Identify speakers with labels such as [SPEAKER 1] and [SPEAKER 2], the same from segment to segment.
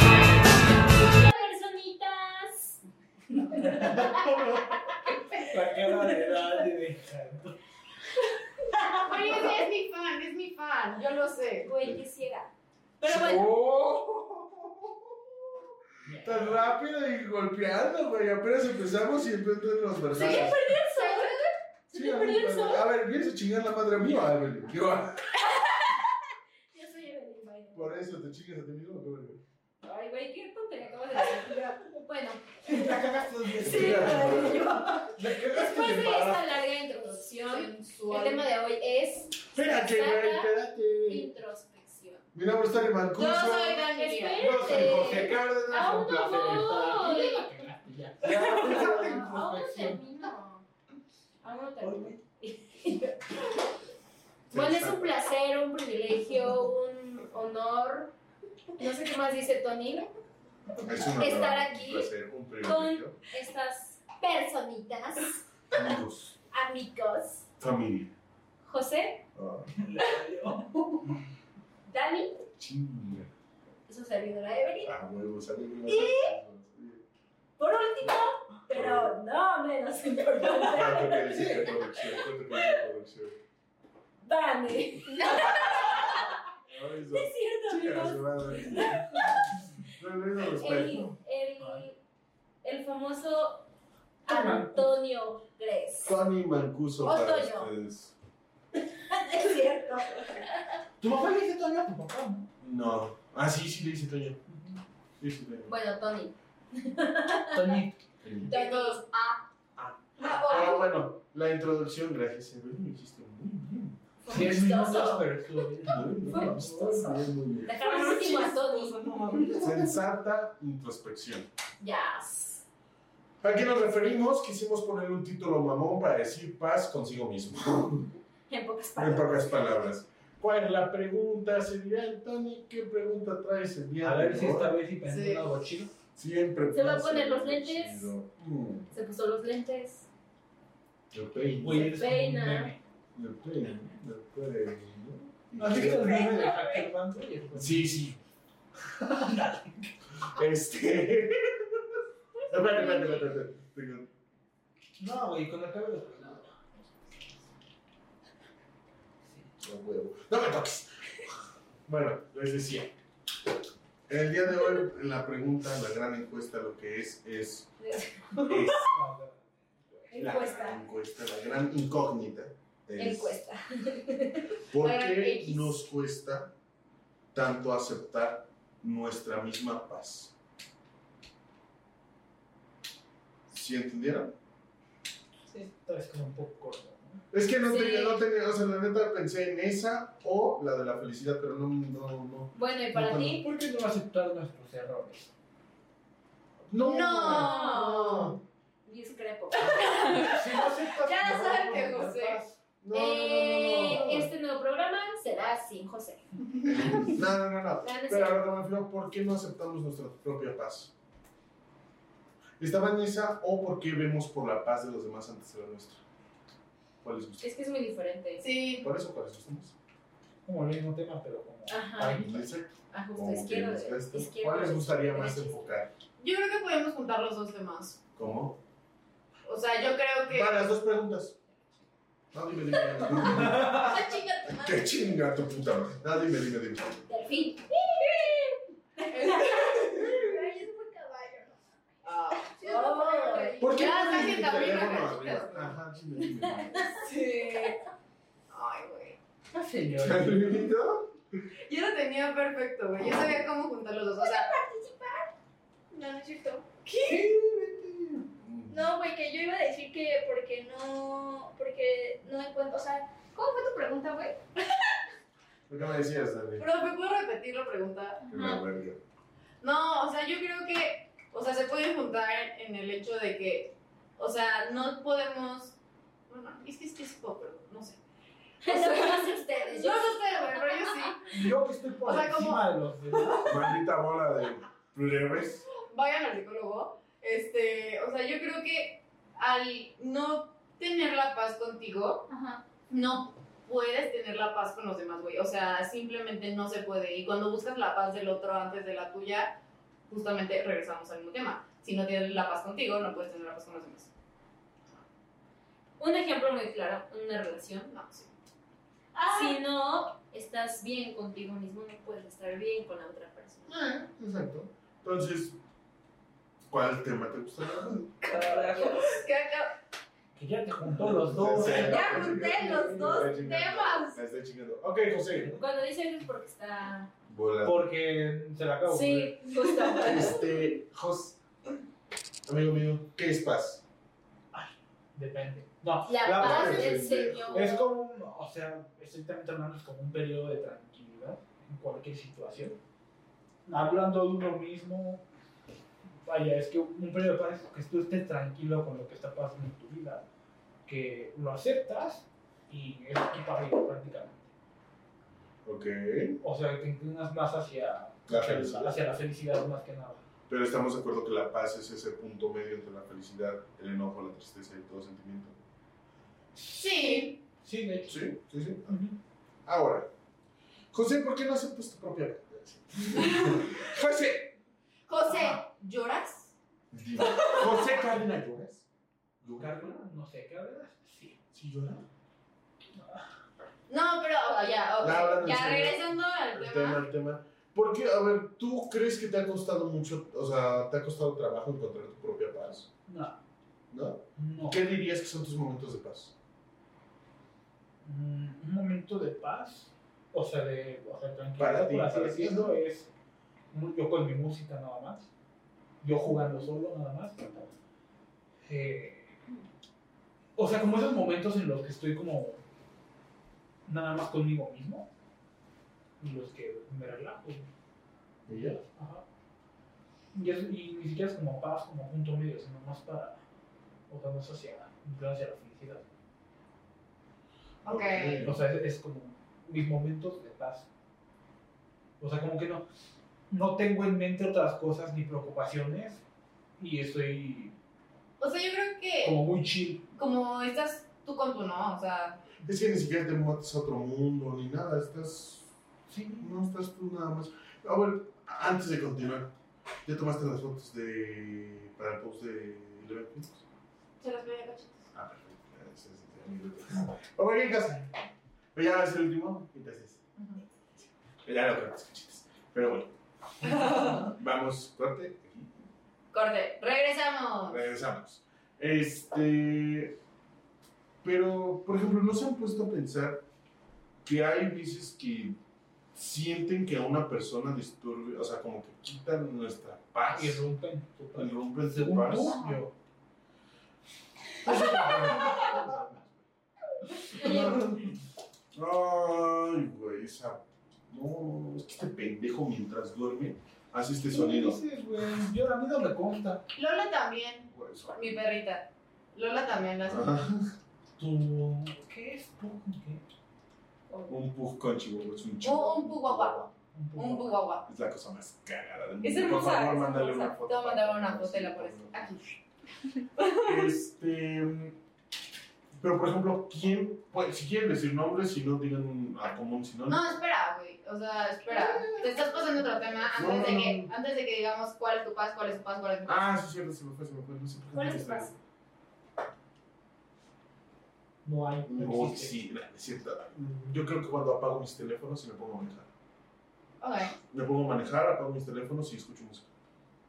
[SPEAKER 1] Hola, personitas.
[SPEAKER 2] La cara de Dani dejando.
[SPEAKER 3] Oye, es, es mi fan, es mi fan, yo lo sé.
[SPEAKER 1] Güey, qué ciega.
[SPEAKER 3] Pero bueno,
[SPEAKER 2] ¡Oh! Tan rápido y golpeando, güey. Apenas empezamos y empiezan los versos.
[SPEAKER 1] ¿Se te perdió el sol?
[SPEAKER 2] A ver, vienes a chingar la madre mía, Evelyn. ¿Qué va?
[SPEAKER 1] Yo soy Evelyn Biden.
[SPEAKER 2] Por eso te chingas a ti mismo, qué bueno.
[SPEAKER 1] Ay, güey, qué tontería acabas de decir. Bueno,
[SPEAKER 2] La cagaste dos veces.
[SPEAKER 1] sí,
[SPEAKER 2] La
[SPEAKER 1] yo.
[SPEAKER 2] cagaste
[SPEAKER 1] Después
[SPEAKER 2] de
[SPEAKER 1] de
[SPEAKER 2] para.
[SPEAKER 1] esta larga introducción, el
[SPEAKER 3] sensual.
[SPEAKER 1] tema de hoy es
[SPEAKER 2] Espérate, güey, espérate.
[SPEAKER 1] introspección. este,
[SPEAKER 2] Mi nombre es Tony Mancuso.
[SPEAKER 3] Yo soy Daniela.
[SPEAKER 1] Espérate.
[SPEAKER 2] Yo soy Jorge Cárdenas.
[SPEAKER 1] Aún
[SPEAKER 2] Un
[SPEAKER 1] no
[SPEAKER 2] placer estar
[SPEAKER 1] voy.
[SPEAKER 2] aquí. Ya, pensaba en
[SPEAKER 1] Aún no
[SPEAKER 2] introspección.
[SPEAKER 1] termino. Aún no termino.
[SPEAKER 2] Oye,
[SPEAKER 1] Bueno, es un placer, un privilegio, un honor. No sé qué más dice Tony.
[SPEAKER 2] Es un honor,
[SPEAKER 1] estar aquí
[SPEAKER 2] un placer, un privilegio.
[SPEAKER 1] Estas personitas,
[SPEAKER 2] Amigos,
[SPEAKER 1] amigos.
[SPEAKER 2] familia.
[SPEAKER 1] José,
[SPEAKER 2] Ah,
[SPEAKER 1] Dani,
[SPEAKER 2] chinga.
[SPEAKER 1] su servidora Evelyn.
[SPEAKER 2] Ah, huevo, sale bien.
[SPEAKER 1] Por último, pero no menos importante,
[SPEAKER 2] ¿Cuánto que decirte producción? ¿Cuánto que decirte producción?
[SPEAKER 1] Dani.
[SPEAKER 2] No, eso.
[SPEAKER 1] Es cierto,
[SPEAKER 2] Chinga
[SPEAKER 1] amigos.
[SPEAKER 2] su madre. No, no, no,
[SPEAKER 1] El,
[SPEAKER 2] respeto.
[SPEAKER 1] el, el famoso Antonio Gres.
[SPEAKER 2] Tony Mancuso
[SPEAKER 1] O
[SPEAKER 2] para
[SPEAKER 1] soy yo.
[SPEAKER 2] ustedes.
[SPEAKER 1] Es cierto.
[SPEAKER 4] ¿Tu papá le dice todavía a tu papá? ¿no?
[SPEAKER 2] No. Ah, sí, sí le dice Toño. Sí, sí, Toño.
[SPEAKER 1] Bueno, Tony.
[SPEAKER 4] Toñi.
[SPEAKER 1] Tony. Ah.
[SPEAKER 2] Ah.
[SPEAKER 1] Ah,
[SPEAKER 2] Ah,
[SPEAKER 1] oh,
[SPEAKER 2] bueno, la introducción, gracias. Evelyn, lo hiciste muy bien.
[SPEAKER 1] fue
[SPEAKER 4] Diez minutos,
[SPEAKER 1] gustoso.
[SPEAKER 4] pero estuvo bien.
[SPEAKER 2] Muy bien, muy bien, muy bien.
[SPEAKER 1] Dejamos último a Tony.
[SPEAKER 4] No mames.
[SPEAKER 2] Sensata introspección.
[SPEAKER 1] Yas.
[SPEAKER 2] ¿A qué nos referimos? Quisimos poner un título mamón para decir paz consigo mismo.
[SPEAKER 1] En pocas
[SPEAKER 2] en
[SPEAKER 1] palabras.
[SPEAKER 2] pocas palabras. ¿Cuál es Pues la pregunta? Sería, Tony, ¿qué pregunta traes el día
[SPEAKER 4] A
[SPEAKER 2] de
[SPEAKER 4] ver si
[SPEAKER 2] hoy?
[SPEAKER 4] esta vez sí pensó
[SPEAKER 3] Sí.
[SPEAKER 4] en algo chido.
[SPEAKER 2] Siempre.
[SPEAKER 1] Se va a
[SPEAKER 2] piensa
[SPEAKER 1] poner
[SPEAKER 2] en
[SPEAKER 1] los
[SPEAKER 2] lo
[SPEAKER 1] lentes.
[SPEAKER 2] chido. Mm,
[SPEAKER 1] Se puso los lentes.
[SPEAKER 2] lo peino,
[SPEAKER 4] Güey, eres como un
[SPEAKER 1] Peina.
[SPEAKER 4] meme.
[SPEAKER 2] lo peino, lo peino.
[SPEAKER 4] ¿No has visto el meme de Hacker Banco? Y el-
[SPEAKER 2] Sí, sí. este. Espérate, espérate, espérate, espérate. Tengo-
[SPEAKER 4] No, güey, con pues, el cabello peinado.
[SPEAKER 2] No huevo. ¡No me toques! Bueno, les decía. El día de hoy, la pregunta, la gran encuesta, lo que es, es. es
[SPEAKER 4] No, no.
[SPEAKER 2] la
[SPEAKER 1] Encuesta.
[SPEAKER 2] encuesta, la gran incógnita. Es,
[SPEAKER 1] Encuesta.
[SPEAKER 2] ¿Por
[SPEAKER 1] La gran
[SPEAKER 2] qué
[SPEAKER 1] X.
[SPEAKER 2] nos cuesta tanto aceptar nuestra misma paz? ¿Sí entendieron?
[SPEAKER 4] Sí, esta vez como un poco corto. ¿no?
[SPEAKER 2] Es que no
[SPEAKER 1] Sí.
[SPEAKER 2] tenía, no tenía, o sea, la neta pensé en esa o la de la felicidad, pero no, no, no.
[SPEAKER 1] Bueno, y para
[SPEAKER 2] No,
[SPEAKER 1] ti.
[SPEAKER 4] ¿Por qué no aceptar nuestros errores?
[SPEAKER 2] No.
[SPEAKER 1] No. Discrepo.
[SPEAKER 4] Si no aceptas
[SPEAKER 3] Ya
[SPEAKER 4] tus
[SPEAKER 3] sabe
[SPEAKER 4] errores,
[SPEAKER 3] que
[SPEAKER 4] no
[SPEAKER 3] José.
[SPEAKER 4] estás.
[SPEAKER 2] No, no, no,
[SPEAKER 1] Eh,
[SPEAKER 2] no, no, no.
[SPEAKER 1] Este nuevo programa será sin José.
[SPEAKER 2] No, no, no, no.
[SPEAKER 1] No, no es
[SPEAKER 2] Pero
[SPEAKER 1] cierto.
[SPEAKER 2] ahora me refiero, ¿por qué no aceptamos nuestra propia paz? ¿Estaba en esa o por qué vemos por la paz de los demás antes de la nuestra? ¿Cuál es usted?
[SPEAKER 1] Es que es muy diferente.
[SPEAKER 3] Sí,
[SPEAKER 2] ¿Por eso cuáles gustamos?
[SPEAKER 4] Como el mismo tema, pero como.
[SPEAKER 3] Ah.
[SPEAKER 1] Ajá.
[SPEAKER 4] Ay,
[SPEAKER 3] pues,
[SPEAKER 2] Exacto.
[SPEAKER 1] Ajuste
[SPEAKER 2] Como que
[SPEAKER 1] izquierdo.
[SPEAKER 2] nos cuesta.
[SPEAKER 1] izquierdo
[SPEAKER 2] ¿Cuál les gustaría más
[SPEAKER 1] derecha.
[SPEAKER 2] enfocar?
[SPEAKER 3] yo creo que podemos juntar los dos temas.
[SPEAKER 2] ¿Cómo?
[SPEAKER 3] O sea, yo creo que.
[SPEAKER 2] Para las dos preguntas. No, dime, dime. dime.
[SPEAKER 3] Ah, chinga tu madre.
[SPEAKER 2] ¡Qué chinga tu puta madre! No, dime, dime, dime.
[SPEAKER 1] Delfín.
[SPEAKER 3] Ay, es muy caballo, ¿no? Sí, es muy caballo.
[SPEAKER 2] ¿Por qué
[SPEAKER 3] Ah. Ya,
[SPEAKER 2] pones
[SPEAKER 3] saquen
[SPEAKER 2] mi
[SPEAKER 3] también las
[SPEAKER 2] teléfono
[SPEAKER 3] cajitas,
[SPEAKER 2] arriba?
[SPEAKER 3] güey.
[SPEAKER 2] Ajá, dime, dime.
[SPEAKER 3] Sí. Ay, güey.
[SPEAKER 4] esta
[SPEAKER 2] ¿Te
[SPEAKER 4] señora.
[SPEAKER 2] has vivido?
[SPEAKER 3] Yo lo tenía perfecto, güey. Yo sabía cómo juntar los dos. O sea.
[SPEAKER 5] No, no es cierto.
[SPEAKER 2] No.
[SPEAKER 5] No, güey, que yo iba a decir que porque no. Porque no encuentro. O sea, ¿cómo fue tu pregunta, güey?
[SPEAKER 2] ¿Por qué me decías, Dani?
[SPEAKER 3] Pero me puedo repetir la pregunta.
[SPEAKER 2] Que la verga.
[SPEAKER 3] No, o sea, yo creo que, o sea, se pueden juntar en el hecho de que, o sea, no podemos, bueno, es que es que sí puedo, pero no sé.
[SPEAKER 1] Lo que hacen ustedes.
[SPEAKER 3] Yo no sé, güey, pero yo sí.
[SPEAKER 4] Yo que estoy por
[SPEAKER 3] O sea,
[SPEAKER 4] encima de los demás.
[SPEAKER 2] Maldita bola de plebes.
[SPEAKER 3] Vayan al psicólogo, Este, o sea, yo creo que al no tener la paz contigo,
[SPEAKER 5] Ajá.
[SPEAKER 3] no puedes tener la paz con los demás, güey. O sea, simplemente no se puede. Y cuando buscas la paz del otro antes de la tuya, justamente regresamos al mismo tema. Si no tienes la paz contigo, no puedes tener la paz con los demás.
[SPEAKER 1] Un ejemplo muy claro, una relación.
[SPEAKER 3] No, sí.
[SPEAKER 1] Si no estás bien contigo mismo, no puedes estar bien con la otra persona.
[SPEAKER 2] Eh, exacto. Entonces, ¿cuál tema te gusta más?
[SPEAKER 6] Carajo.
[SPEAKER 3] Caca.
[SPEAKER 4] Que ya te juntó los dos.
[SPEAKER 2] Sí, sí.
[SPEAKER 5] Ya junté los dos
[SPEAKER 2] Me está chingando,
[SPEAKER 5] temas.
[SPEAKER 2] Me está chingando. Ok, José.
[SPEAKER 1] Cuando dice eso es porque está.
[SPEAKER 2] Bola.
[SPEAKER 4] Porque se la acabo. güey.
[SPEAKER 1] Sí, justo.
[SPEAKER 2] Este, Jos, amigo mío, ¿qué es paz?
[SPEAKER 4] Depende. No,
[SPEAKER 1] La
[SPEAKER 2] paz
[SPEAKER 1] paz
[SPEAKER 2] del
[SPEAKER 1] del
[SPEAKER 2] Señor.
[SPEAKER 1] Señor.
[SPEAKER 4] Es como, un- o sea, estrictamente hablando, es como un periodo de tranquilidad en cualquier situación. Hablando de uno mismo, vaya, es que un periodo de paz es que tú estés tranquilo con lo que está pasando en tu vida, que lo aceptas y es aquí para arriba prácticamente.
[SPEAKER 2] Ok.
[SPEAKER 4] O sea, te inclinas más hacia
[SPEAKER 2] La felicidad.
[SPEAKER 4] hacia la felicidad más que nada.
[SPEAKER 2] Pero estamos de acuerdo que la paz es ese punto medio entre la felicidad, el enojo, la tristeza y todo sentimiento.
[SPEAKER 3] Sí.
[SPEAKER 4] Sí, de hecho.
[SPEAKER 2] Sí, sí, sí.
[SPEAKER 4] Ujú.
[SPEAKER 2] Ahora, José, ¿por qué no aceptas tu propia verdad? José.
[SPEAKER 3] José, ¿lloras?
[SPEAKER 2] Digo, José Cárdenas, ¿lloras?
[SPEAKER 4] Carla, no sé, ¿qué hablas? Sí.
[SPEAKER 2] ¿Sí llora?
[SPEAKER 3] No, pero o sea, ya, ok.
[SPEAKER 2] Ya hablan del
[SPEAKER 3] ya
[SPEAKER 2] Señor.
[SPEAKER 3] regresando al
[SPEAKER 2] El tema,
[SPEAKER 3] tema.
[SPEAKER 2] el tema. ¿Por qué? A ver, ¿tú crees que te ha costado mucho, o sea, te ha costado trabajo encontrar tu propia paz?
[SPEAKER 4] No,
[SPEAKER 2] ¿No?
[SPEAKER 4] no.
[SPEAKER 2] ¿Qué dirías que son tus momentos de paz?
[SPEAKER 4] Mm, un momento de paz, o sea, de o sea, tranquilidad,
[SPEAKER 2] Para ti,
[SPEAKER 4] por así
[SPEAKER 2] para ti,
[SPEAKER 4] decirlo,
[SPEAKER 2] ¿no?
[SPEAKER 4] es mu- yo con mi música nada más, yo jugando solo nada más. Eh, o sea, como esos momentos en los que estoy como nada más conmigo mismo, y los que me relajo.
[SPEAKER 2] ¿Y ya?
[SPEAKER 4] Ajá. Y, es- y ni siquiera es como paz, como punto medio, sino más para, o sea, más hacia, hacia la felicidad.
[SPEAKER 3] Ok.
[SPEAKER 4] O sea, es, es como mis momentos de paz. O sea, como que no, no tengo en mente otras cosas ni preocupaciones y estoy
[SPEAKER 3] O sea, yo creo que
[SPEAKER 4] como muy chill.
[SPEAKER 3] como estás tú con tu no, o sea,
[SPEAKER 2] Es que ni siquiera te mueves a otro mundo ni nada, estás.
[SPEAKER 4] Sí.
[SPEAKER 2] No estás tú nada más. Ah, bueno, antes de continuar, ¿ya tomaste las fotos de. para el post de Eleven Phoenix?
[SPEAKER 3] se las voy a cachitos.
[SPEAKER 2] Ah, perfecto. Ya, ese es el tema. Vamos a ir en casa. Pero ya es el último, y te haces. Ya lo creo, cachitas. Pero bueno, vamos, corte.
[SPEAKER 3] Corte, regresamos.
[SPEAKER 2] Regresamos. Este. Pero, por ejemplo, ¿no se han puesto a pensar que hay veces que sienten que a una persona disturbe, o sea, como que quitan nuestra paz,
[SPEAKER 4] Y rompen.
[SPEAKER 2] y rompen su
[SPEAKER 4] Según
[SPEAKER 2] paz?
[SPEAKER 4] tú, yo.
[SPEAKER 2] Ay, güey, esa. No, es que este pendejo mientras duerme hace este sonido.
[SPEAKER 4] ¿Qué dices, güey? Yo a mí no me consta.
[SPEAKER 3] Lola también,
[SPEAKER 2] Güey, suave.
[SPEAKER 3] mi perrita. Lola también la hace.
[SPEAKER 2] Ajá.
[SPEAKER 4] ¿Tú qué es tú con qué?
[SPEAKER 2] Un pug con chihuahua, es un chihuahua.
[SPEAKER 3] Oh, un pug guagua.
[SPEAKER 4] Un poco.
[SPEAKER 3] Un buguagua.
[SPEAKER 2] Es la cosa más cagada del mundo.
[SPEAKER 1] Es hermosa,
[SPEAKER 2] Por favor,
[SPEAKER 1] es
[SPEAKER 2] mándale
[SPEAKER 1] hermosa.
[SPEAKER 2] una foto.
[SPEAKER 3] Te voy a mandar una foto y
[SPEAKER 2] fotela
[SPEAKER 3] la pones aquí.
[SPEAKER 2] Este. Pero, por ejemplo, ¿quién? Pues, si quieren decir nombres, si no, digan un, a común sinónimo.
[SPEAKER 3] No, espera, güey. O sea, espera. Te estás pasando otro tema antes,
[SPEAKER 2] No,
[SPEAKER 3] de
[SPEAKER 2] no,
[SPEAKER 3] que,
[SPEAKER 2] no.
[SPEAKER 3] antes de que digamos cuál es tu paz, cuál es tu paz, cuál es tu paz.
[SPEAKER 2] Ah, sí, es cierto, se me fue, se me fue. No sé por qué.
[SPEAKER 1] ¿Cuál
[SPEAKER 2] no
[SPEAKER 1] es tu
[SPEAKER 2] me
[SPEAKER 1] paz?
[SPEAKER 4] No hay.
[SPEAKER 2] No,
[SPEAKER 4] existe.
[SPEAKER 2] Oh, sí, la- es cierto. Yo creo que cuando apago mis teléfonos y me pongo a manejar.
[SPEAKER 3] Ok.
[SPEAKER 2] Me pongo a manejar, apago mis teléfonos y escucho música.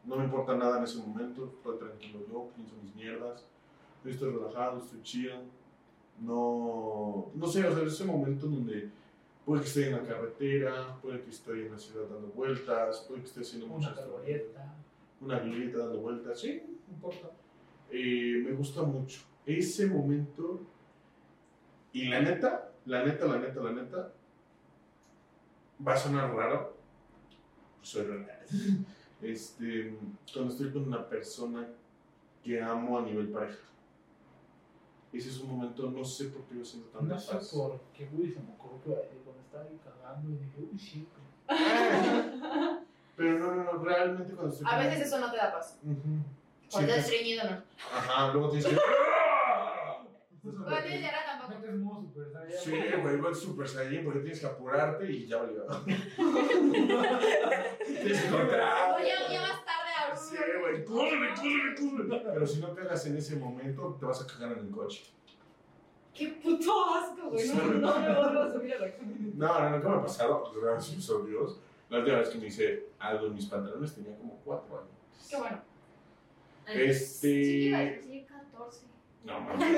[SPEAKER 2] No me importa nada en ese momento, estoy tranquilo yo, pienso mis mierdas, yo estoy relajado, estoy chido. No, no sé, o sea, es ese momento en donde puede que esté en la carretera, puede que estoy en la ciudad dando vueltas, puede que esté haciendo
[SPEAKER 4] Una
[SPEAKER 2] muchas
[SPEAKER 4] glorieta.
[SPEAKER 2] una glorieta dando vueltas, sí, no importa. Eh, me gusta mucho ese momento. Y la neta, la neta, la neta, la neta, va a sonar raro. Soy raro. Este, cuando estoy con una persona que amo a nivel pareja. Ese es un momento, no sé por qué lo siento tan de
[SPEAKER 4] No sé
[SPEAKER 2] paz.
[SPEAKER 4] por qué, güey, se me ocurrió que iba a decir cuando estaba ahí cagando y dije, uy, sí, güey.
[SPEAKER 2] Ay, Pero no, no, no, realmente cuando estoy
[SPEAKER 3] A
[SPEAKER 2] con-
[SPEAKER 3] veces eso no te da paz.
[SPEAKER 2] Ujú.
[SPEAKER 3] Cuando
[SPEAKER 2] Sí,
[SPEAKER 3] es estreñido, no.
[SPEAKER 2] Ajá, luego tienes que.
[SPEAKER 3] Cuando es de ara tampoco.
[SPEAKER 4] Metes modo super Saiyan.
[SPEAKER 2] Sí, güey, vas super saiyan porque tienes que apurarte y ya valió. tienes que cortar.
[SPEAKER 3] Oye, ya vas tarde ahora.
[SPEAKER 2] Sí, güey, córrele, córrele, córrele. Pero si no cagas en ese momento, te vas a cagar en el coche.
[SPEAKER 3] Qué puto asco, güey. No, no me vuelvo a subir a la cama.
[SPEAKER 2] No, no, no, ¿qué me ha pasado? De verdad, sí, por Dios. La última vez que me hice algo en mis pantalones tenía como cuatro años.
[SPEAKER 3] Qué bueno.
[SPEAKER 5] Sí, iba a
[SPEAKER 2] Este.
[SPEAKER 5] decir 14.
[SPEAKER 2] No, mames.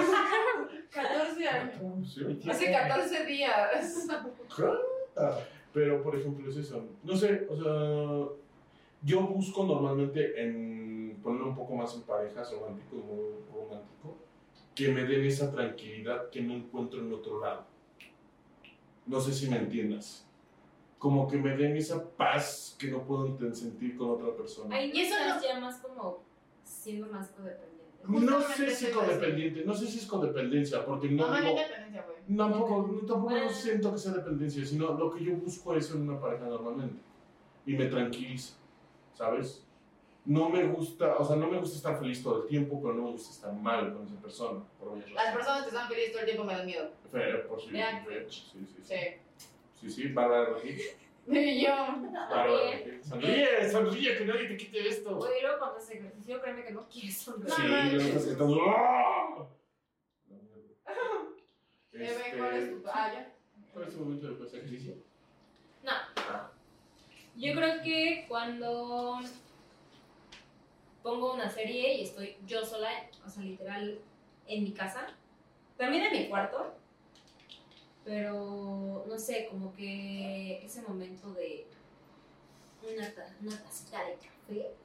[SPEAKER 3] 14 años.
[SPEAKER 2] Sí, me
[SPEAKER 3] Hace 14 días.
[SPEAKER 2] encanta. Pero, por ejemplo, es eso. No sé, o sea. Yo busco normalmente en ponerme un poco más en parejas romántico y muy romántico, que me den esa tranquilidad que no encuentro en otro lado. No sé si me entiendas. Como que me den esa paz que no puedo enten- sentir con otra persona.
[SPEAKER 1] Ahí
[SPEAKER 3] Y eso
[SPEAKER 1] estás
[SPEAKER 3] nos-
[SPEAKER 1] ya más como siendo más codependiente.
[SPEAKER 2] No
[SPEAKER 3] Justamente
[SPEAKER 2] sé si
[SPEAKER 3] eso iba a decir.
[SPEAKER 2] codependiente, no sé si es codependencia, porque no,
[SPEAKER 3] Mamá,
[SPEAKER 2] no,
[SPEAKER 3] no. independencia, güey.
[SPEAKER 2] no, tampoco, no, tampoco
[SPEAKER 1] Bueno.
[SPEAKER 2] siento que sea dependencia, sino lo que yo busco es en una pareja normalmente y me tranquiliza, ¿sabes? No me gusta, o sea, no me gusta estar feliz todo el tiempo, pero no me gusta estar mal con esa persona, por obvias
[SPEAKER 3] Las
[SPEAKER 2] razones.
[SPEAKER 3] personas que están felices todo el tiempo me dan miedo.
[SPEAKER 2] Fe- por si-
[SPEAKER 3] Vean.
[SPEAKER 2] fe- sí, sí, sí,
[SPEAKER 3] Sí.
[SPEAKER 2] sí, sí, Bárbara de Regil,
[SPEAKER 3] Y yo.
[SPEAKER 2] Bárbara de Regil. Sonríe, sonríe, que nadie te quite esto.
[SPEAKER 1] Oye, luego cuando haces ejercicio, créeme que no quieres sonreír.
[SPEAKER 2] Sí,
[SPEAKER 3] No
[SPEAKER 2] la
[SPEAKER 3] manches.
[SPEAKER 2] neta es que estamos- ¡Ah! La mierda. Este,
[SPEAKER 3] Bebé, ¿cuál es tu. Ah, ya.
[SPEAKER 2] ¿Cuál es tu momento de hacer ejercicio?
[SPEAKER 1] No.
[SPEAKER 2] Ah.
[SPEAKER 1] Yo creo que cuando pongo una serie y estoy yo sola, o sea, literal, en mi casa, también en mi cuarto, pero no sé, como que ese momento de una, ta- una tacita de café.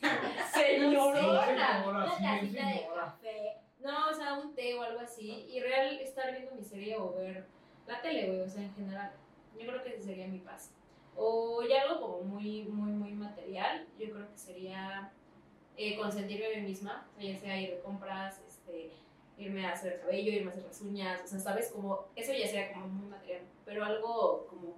[SPEAKER 4] Señorona.
[SPEAKER 1] Una
[SPEAKER 4] Señora, sí,
[SPEAKER 1] tacita de
[SPEAKER 4] señora.
[SPEAKER 1] café. No, o sea, un té o algo así. Y real estar viendo mi serie o ver la tele, güey, o sea, en general. Yo creo que ese sería mi paz. O ya algo como muy, muy, muy material, yo creo que sería eh, consentirme a mí misma, o sea, ya sea ir de compras, este, irme a hacer el cabello, irme a hacer las uñas, o sea, sabes, como, eso ya sería como muy material, pero algo como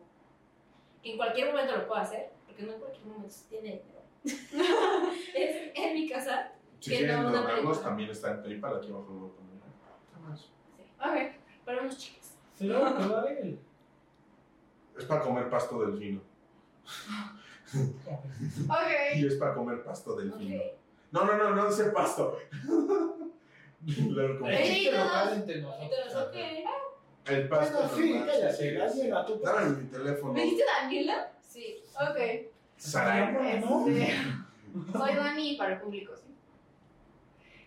[SPEAKER 1] que en cualquier momento lo puedo hacer, porque no en cualquier momento se tiene dinero. es en mi casa.
[SPEAKER 2] Si
[SPEAKER 1] Que
[SPEAKER 2] quieren
[SPEAKER 1] no, una
[SPEAKER 2] donarnos,
[SPEAKER 1] película.
[SPEAKER 2] también está en PayPal, aquí abajo lo voy a poner. Nada más.
[SPEAKER 3] Ok.
[SPEAKER 1] Para unos chicos.
[SPEAKER 4] Se lo va a acordar él.
[SPEAKER 2] Es para comer pasto delfino.
[SPEAKER 3] Ok.
[SPEAKER 2] Y es para comer pasto delfino.
[SPEAKER 1] Ok.
[SPEAKER 2] No, no, no, no dice pasto. Lo como-
[SPEAKER 3] Ey.
[SPEAKER 4] Existe local entre nosotros.
[SPEAKER 1] Entonces, ok.
[SPEAKER 2] El pasto.
[SPEAKER 4] Bueno, sí,
[SPEAKER 2] normal,
[SPEAKER 4] cállate,
[SPEAKER 2] sí,
[SPEAKER 4] gracias
[SPEAKER 2] sí.
[SPEAKER 4] a tu
[SPEAKER 2] Dame mi teléfono.
[SPEAKER 3] ¿Me dijiste Daniela?
[SPEAKER 1] Sí.
[SPEAKER 3] Ok.
[SPEAKER 2] Saray.
[SPEAKER 4] ¿no?
[SPEAKER 3] Este, soy Dani para el público, sí.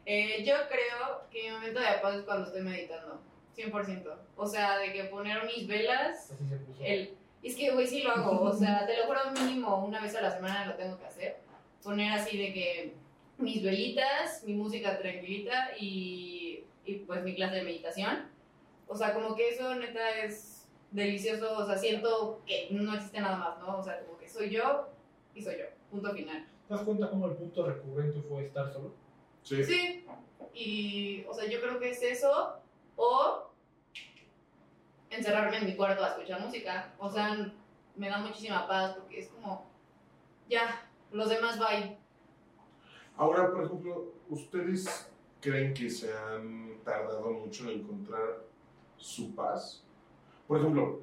[SPEAKER 3] Eh, yo creo que mi momento de paz es cuando estoy meditando. 100%. O sea, de que poner mis velas.
[SPEAKER 4] Así se puso.
[SPEAKER 3] El, es que, güey, sí lo hago. O sea, te lo juro mínimo una vez a la semana lo tengo que hacer. Poner así de que mis velitas, mi música tranquilita y, y, pues mi clase de meditación. O sea, como que eso neta es delicioso. O sea, siento que no existe nada más, ¿no? O sea, como que soy yo y soy yo. Punto final.
[SPEAKER 4] ¿Te das cuenta cómo el punto recurrente fue estar solo?
[SPEAKER 2] Sí.
[SPEAKER 3] Sí. Y, o sea, yo creo que es eso. O encerrarme en mi cuarto a escuchar música. O sea, me da muchísima paz porque es como, ya, los demás bye.
[SPEAKER 2] Ahora, por ejemplo, ¿ustedes creen que se han tardado mucho en encontrar su paz? Por ejemplo,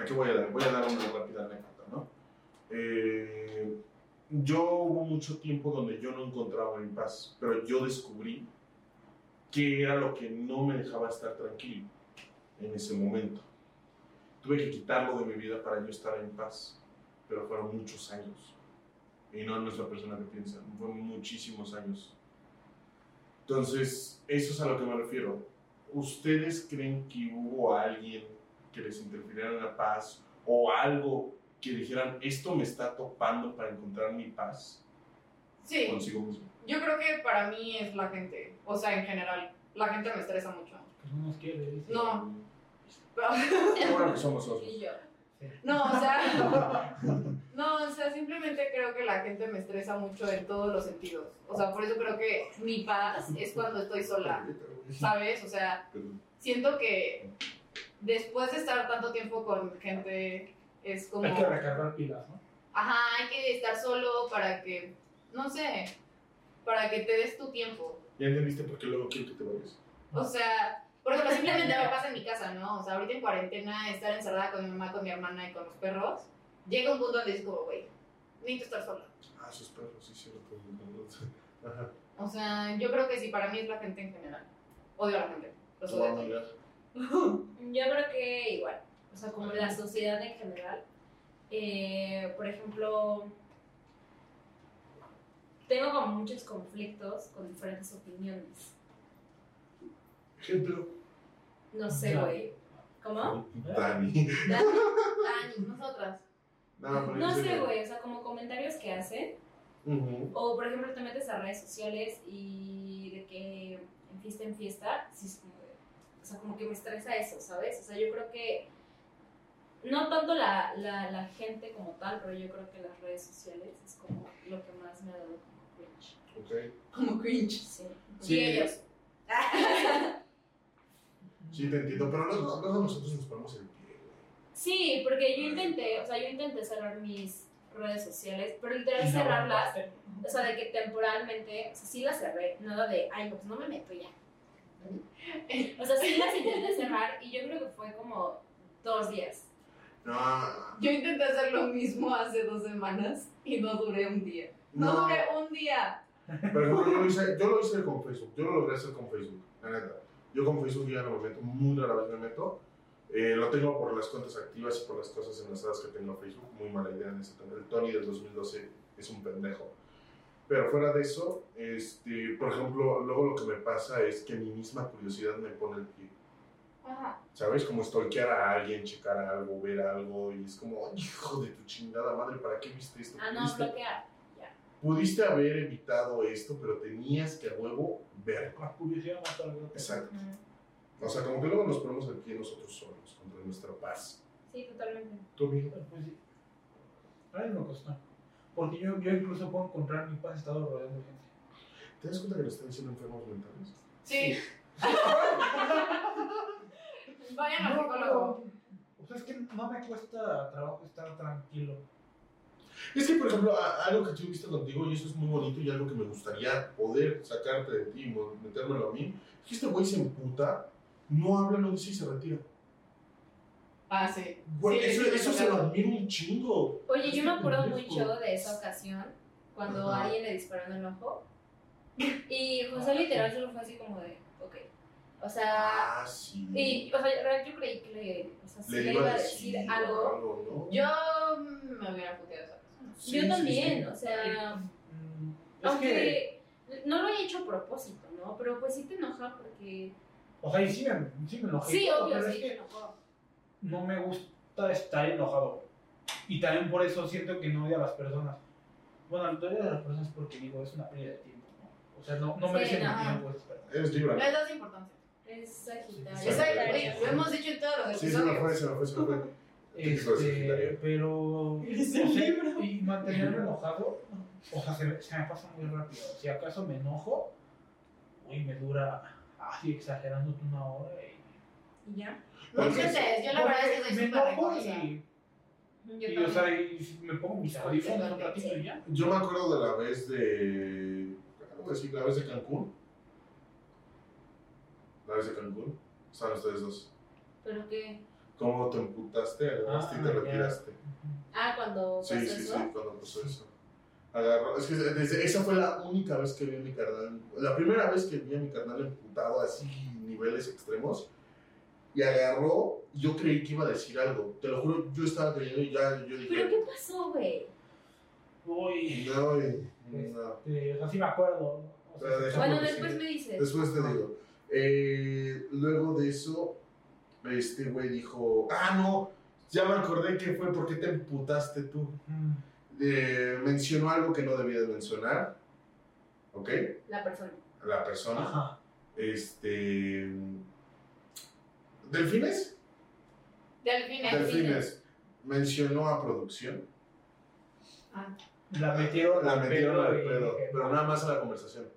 [SPEAKER 2] aquí voy a dar, voy a dar una rápida anécdota, ¿no? Eh, yo hubo mucho tiempo donde yo no encontraba mi paz, pero yo descubrí qué era lo que no me dejaba estar tranquilo en ese momento. Tuve que quitarlo de mi vida para yo estar en paz, pero fueron muchos años. Y no, no es la persona que piensa. Fueron muchísimos años. Entonces, eso es a lo que me refiero. ¿Ustedes creen que hubo alguien que les interfiriera en la paz o algo que dijeran, esto me está topando para encontrar mi paz
[SPEAKER 3] Sí,
[SPEAKER 2] consigo mismo?
[SPEAKER 3] yo creo que para mí es la gente. O sea, en general, la gente me estresa mucho.
[SPEAKER 4] Que no nos quiere, dice.
[SPEAKER 3] No.
[SPEAKER 2] Qué bueno que somos osos.
[SPEAKER 1] Y yo.
[SPEAKER 3] No, o sea, no, o sea, simplemente creo que la gente me estresa mucho en todos los sentidos. O sea, por eso creo que mi paz es cuando estoy sola, ¿sabes? O sea,
[SPEAKER 2] Perdón.
[SPEAKER 3] siento que después de estar tanto tiempo con gente es como
[SPEAKER 4] Hay que recargar pilas, ¿no?
[SPEAKER 3] ajá hay que estar solo para que no sé para que te des tu tiempo.
[SPEAKER 2] Ya entendiste por qué luego quiero que te vayas.
[SPEAKER 3] O sea, por ejemplo, simplemente me pasa en mi casa, ¿no? O sea, ahorita en cuarentena, estar encerrada con mi mamá, con mi hermana y con los perros, llega un punto donde dices como, güey, necesito estar sola.
[SPEAKER 2] Ah, esos perros, sí, sí, lo puedo Ajá.
[SPEAKER 3] O sea, yo creo que sí, para mí es la gente en general. Odio a la gente. Los
[SPEAKER 2] Lo voy
[SPEAKER 3] odio
[SPEAKER 2] a
[SPEAKER 3] a todos.
[SPEAKER 2] mandar.
[SPEAKER 1] Yo creo que igual, o sea, como la sociedad en general. Eh, por ejemplo, tengo como muchos conflictos con diferentes opiniones.
[SPEAKER 2] Ejemplo,
[SPEAKER 1] No sé,
[SPEAKER 4] Ya.
[SPEAKER 1] güey. ¿Cómo?
[SPEAKER 4] ¿Eh?
[SPEAKER 2] Dani.
[SPEAKER 1] Dani,
[SPEAKER 3] Dani, nosotras.
[SPEAKER 2] No, pero
[SPEAKER 1] No
[SPEAKER 2] en
[SPEAKER 1] sé,
[SPEAKER 2] serio.
[SPEAKER 1] güey, o sea, como comentarios que hacen.
[SPEAKER 2] Ujú.
[SPEAKER 1] O, por ejemplo, te metes a redes sociales y de que en fiesta en fiesta, sí es como de- o sea, como que me estresa eso, ¿sabes? O sea, yo creo que no tanto la, la, la gente como tal, pero yo creo que las redes sociales es como lo que más me ha dado como cringe.
[SPEAKER 2] Ok.
[SPEAKER 3] Como cringe.
[SPEAKER 1] Sí.
[SPEAKER 2] Sí.
[SPEAKER 3] Y ellos.
[SPEAKER 2] Sí, te entiendo, pero luego, luego nosotros nos ponemos el pie, güey.
[SPEAKER 1] Sí, porque yo intenté, o sea, yo intenté cerrar mis redes sociales, pero literal cerrarlas O sea, de que temporalmente, o sea, sí las cerré, nada de, ay, pues no me meto ya. O sea, sí las intenté cerrar y yo creo que fue como dos días.
[SPEAKER 2] No,
[SPEAKER 3] Yo intenté hacer lo mismo hace dos semanas y no duré un día. No,
[SPEAKER 2] no.
[SPEAKER 3] duré un día.
[SPEAKER 2] Por ejemplo, yo lo, hice, yo lo hice con Facebook. Yo lo logré hacer con Facebook, la neta. Yo con Facebook ya no me meto, muy rara vez me meto. Eh, lo tengo por las cuentas activas y por las cosas enlazadas que tengo a Facebook. Muy mala idea en ese tema. El Tony del 2012 es un pendejo. Pero fuera de eso, este, por ejemplo, luego lo que me pasa es que mi misma curiosidad me pone el pie.
[SPEAKER 5] Ajá.
[SPEAKER 2] ¿Sabes? Como stalkear a alguien, checar algo, ver algo, y es como, "Ay, hijo de tu chingada madre, ¿para qué viste esto?
[SPEAKER 1] Ah, no,
[SPEAKER 2] ¿Pudiste
[SPEAKER 1] bloquear.
[SPEAKER 2] pudiste haber evitado esto, pero tenías que a huevo verlo.
[SPEAKER 4] La curiosidad mata al gato.
[SPEAKER 2] Exacto. O sea, como que luego nos ponemos el pie nosotros solos contra nuestra paz.
[SPEAKER 1] Sí, totalmente.
[SPEAKER 2] ¿Tú bien?
[SPEAKER 4] Pues sí. A mí me costó. Porque yo, yo incluso puedo encontrar mi paz estado rodeando gente.
[SPEAKER 2] ¿Te das cuenta que nos están diciendo enfermos mentales?
[SPEAKER 3] Sí. Vayan al
[SPEAKER 4] No,
[SPEAKER 3] psicólogo.
[SPEAKER 4] pero, o sea, es que no me cuesta trabajo estar tranquilo.
[SPEAKER 2] Es que, por ejemplo, a- algo que tú viste contigo, y eso es muy bonito y algo que me gustaría poder sacarte de ti y mo- metérmelo a mí, es que este güey se emputa, no habla, no dice y se retira.
[SPEAKER 3] Ah, sí.
[SPEAKER 2] Güey,
[SPEAKER 3] Sí,
[SPEAKER 2] eso,
[SPEAKER 3] sí, me
[SPEAKER 2] eso se
[SPEAKER 3] tocaron.
[SPEAKER 2] lo admiro un chingo.
[SPEAKER 1] Oye, yo me acuerdo
[SPEAKER 2] Pendejo.
[SPEAKER 1] mucho de esa ocasión, cuando
[SPEAKER 2] Ajá.
[SPEAKER 1] alguien le disparó en el ojo. Y José literal solo fue así como de, ok. O sea,
[SPEAKER 2] Ah, sí.
[SPEAKER 1] y, o sea, real, yo creí que le, o sea, sí
[SPEAKER 2] Le
[SPEAKER 1] le
[SPEAKER 2] iba
[SPEAKER 1] iba a decir
[SPEAKER 2] o
[SPEAKER 1] algo.
[SPEAKER 2] algo ¿no?
[SPEAKER 3] Yo mm, me hubiera puteado a esa persona.
[SPEAKER 2] Sí, sí,
[SPEAKER 1] Yo
[SPEAKER 2] sí.
[SPEAKER 1] también, o sea,
[SPEAKER 4] Mm, Es que,
[SPEAKER 1] aunque no lo he hecho a propósito, ¿no? Pero pues sí te enoja porque...
[SPEAKER 4] o sea, y sí me, sí me enojé.
[SPEAKER 1] Sí, obvio,
[SPEAKER 4] pero
[SPEAKER 1] sí
[SPEAKER 4] es que
[SPEAKER 1] te enojó.
[SPEAKER 4] no me gusta estar enojado. Y también por eso siento que no odio a las personas. Bueno, no odio a las personas porque digo, es una pérdida de tiempo, ¿no? O sea, no, no
[SPEAKER 1] Sí,
[SPEAKER 4] merecen
[SPEAKER 3] no.
[SPEAKER 4] mi tiempo. es verdad.
[SPEAKER 2] Eres libre.
[SPEAKER 3] Les das importancia.
[SPEAKER 1] Es Sagitario.
[SPEAKER 2] Sí,
[SPEAKER 3] Es algo-
[SPEAKER 2] sí.
[SPEAKER 3] oye, lo hemos dicho en todos los
[SPEAKER 2] Sí, se me
[SPEAKER 3] episodios.
[SPEAKER 2] fue, se me fue, se me fue. Típico de
[SPEAKER 4] Este,
[SPEAKER 2] Sagitario.
[SPEAKER 4] pero.
[SPEAKER 3] Es
[SPEAKER 4] o
[SPEAKER 3] el
[SPEAKER 4] sea,
[SPEAKER 3] libro.
[SPEAKER 4] Y mantenerme enojado, o sea, se, se me pasa muy rápido. Si acaso me enojo, uy, me dura, así exagerando una hora. Y,
[SPEAKER 1] ¿Y ya?
[SPEAKER 3] No ustedes, yo la verdad es que
[SPEAKER 4] me
[SPEAKER 3] soy súper
[SPEAKER 4] enojo
[SPEAKER 3] rencorosa.
[SPEAKER 4] y,
[SPEAKER 1] Yo
[SPEAKER 4] y, o
[SPEAKER 1] también.
[SPEAKER 4] sea, y me pongo mis audífonos un ratito y ya.
[SPEAKER 2] Yo me acuerdo de la vez de. ¿Cómo decir? La vez de Cancún. La vez de Cancún. Estaban ustedes dos.
[SPEAKER 1] ¿Pero qué?
[SPEAKER 2] ¿Cómo te emputaste, agarraste y te
[SPEAKER 4] Ah, ya.
[SPEAKER 2] retiraste?
[SPEAKER 1] Ah, cuando pasó
[SPEAKER 2] Sí, sí, sí,
[SPEAKER 1] eso.
[SPEAKER 2] cuando pasó eso. Agarró. Es que desde- esa fue la única vez que vi a mi carnal. La primera vez que vi a mi carnal emputado así, niveles extremos. Y agarró. y Yo creí que iba a decir algo. Te lo juro, yo estaba creyendo y ya yo dije.
[SPEAKER 1] ¿Pero qué pasó, güey?
[SPEAKER 4] Uy,
[SPEAKER 2] No, y- no.
[SPEAKER 4] este, o sea, sí me acuerdo. O sea,
[SPEAKER 2] Pero
[SPEAKER 4] sí-
[SPEAKER 2] déjame
[SPEAKER 1] Bueno,
[SPEAKER 2] porque
[SPEAKER 1] después
[SPEAKER 2] sí.
[SPEAKER 1] me dices.
[SPEAKER 2] Después te digo. Eh, luego de eso, este güey dijo, ah, no, ya me acordé que fue porque te emputaste tú.
[SPEAKER 4] Mm,
[SPEAKER 2] Eh, mencionó algo que no debía de mencionar, ¿ok?
[SPEAKER 1] La persona.
[SPEAKER 2] A la persona.
[SPEAKER 4] Ajá.
[SPEAKER 2] Este... ¿Delfines?
[SPEAKER 3] Delfines.
[SPEAKER 2] Delfines. Mencionó a producción.
[SPEAKER 4] La metieron
[SPEAKER 2] La
[SPEAKER 4] al
[SPEAKER 2] metieron al
[SPEAKER 4] y
[SPEAKER 2] pedo,
[SPEAKER 4] dije,
[SPEAKER 2] pero nada más a la conversación.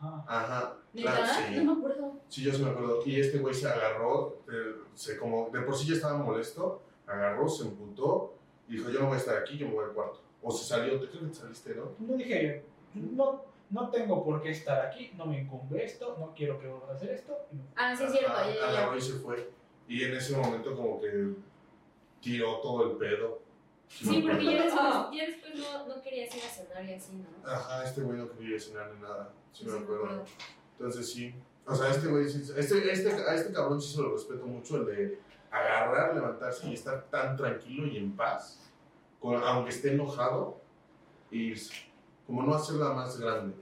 [SPEAKER 4] Ajá.
[SPEAKER 2] Ajá. Claro,
[SPEAKER 1] ¿Neta?
[SPEAKER 2] sí.
[SPEAKER 1] Ah, No me acuerdo.
[SPEAKER 2] Sí, yo sí me acuerdo. Y este güey se agarró, eh, se como, de por sí ya estaba molesto, agarró, se emputó, y dijo, yo no voy a estar aquí, yo me voy al cuarto. O se salió, te creo que te saliste, ¿no?
[SPEAKER 4] No dije, no, no tengo por qué estar aquí, no me incumbe esto, no quiero que vuelvas a hacer esto. y me-
[SPEAKER 1] Ah, sí, es cierto,
[SPEAKER 2] Ajá,
[SPEAKER 1] ya, ya, ya.
[SPEAKER 2] agarró y se fue. Y en ese momento como que tiró todo el pedo.
[SPEAKER 1] Sí, porque ya después,
[SPEAKER 2] Ah.
[SPEAKER 1] ya después no, no querías ir a cenar y así, ¿no?
[SPEAKER 2] Ajá, este güey no quería cenar ni nada, si
[SPEAKER 1] Sí,
[SPEAKER 2] me
[SPEAKER 1] sí,
[SPEAKER 2] acuerdo. Entonces sí. O sea, este güey sí- este, este, a este cabrón sí se lo respeto mucho, el de agarrar, levantarse y estar tan tranquilo y en paz, con- aunque esté enojado, y irse. Como no hacerla más grande.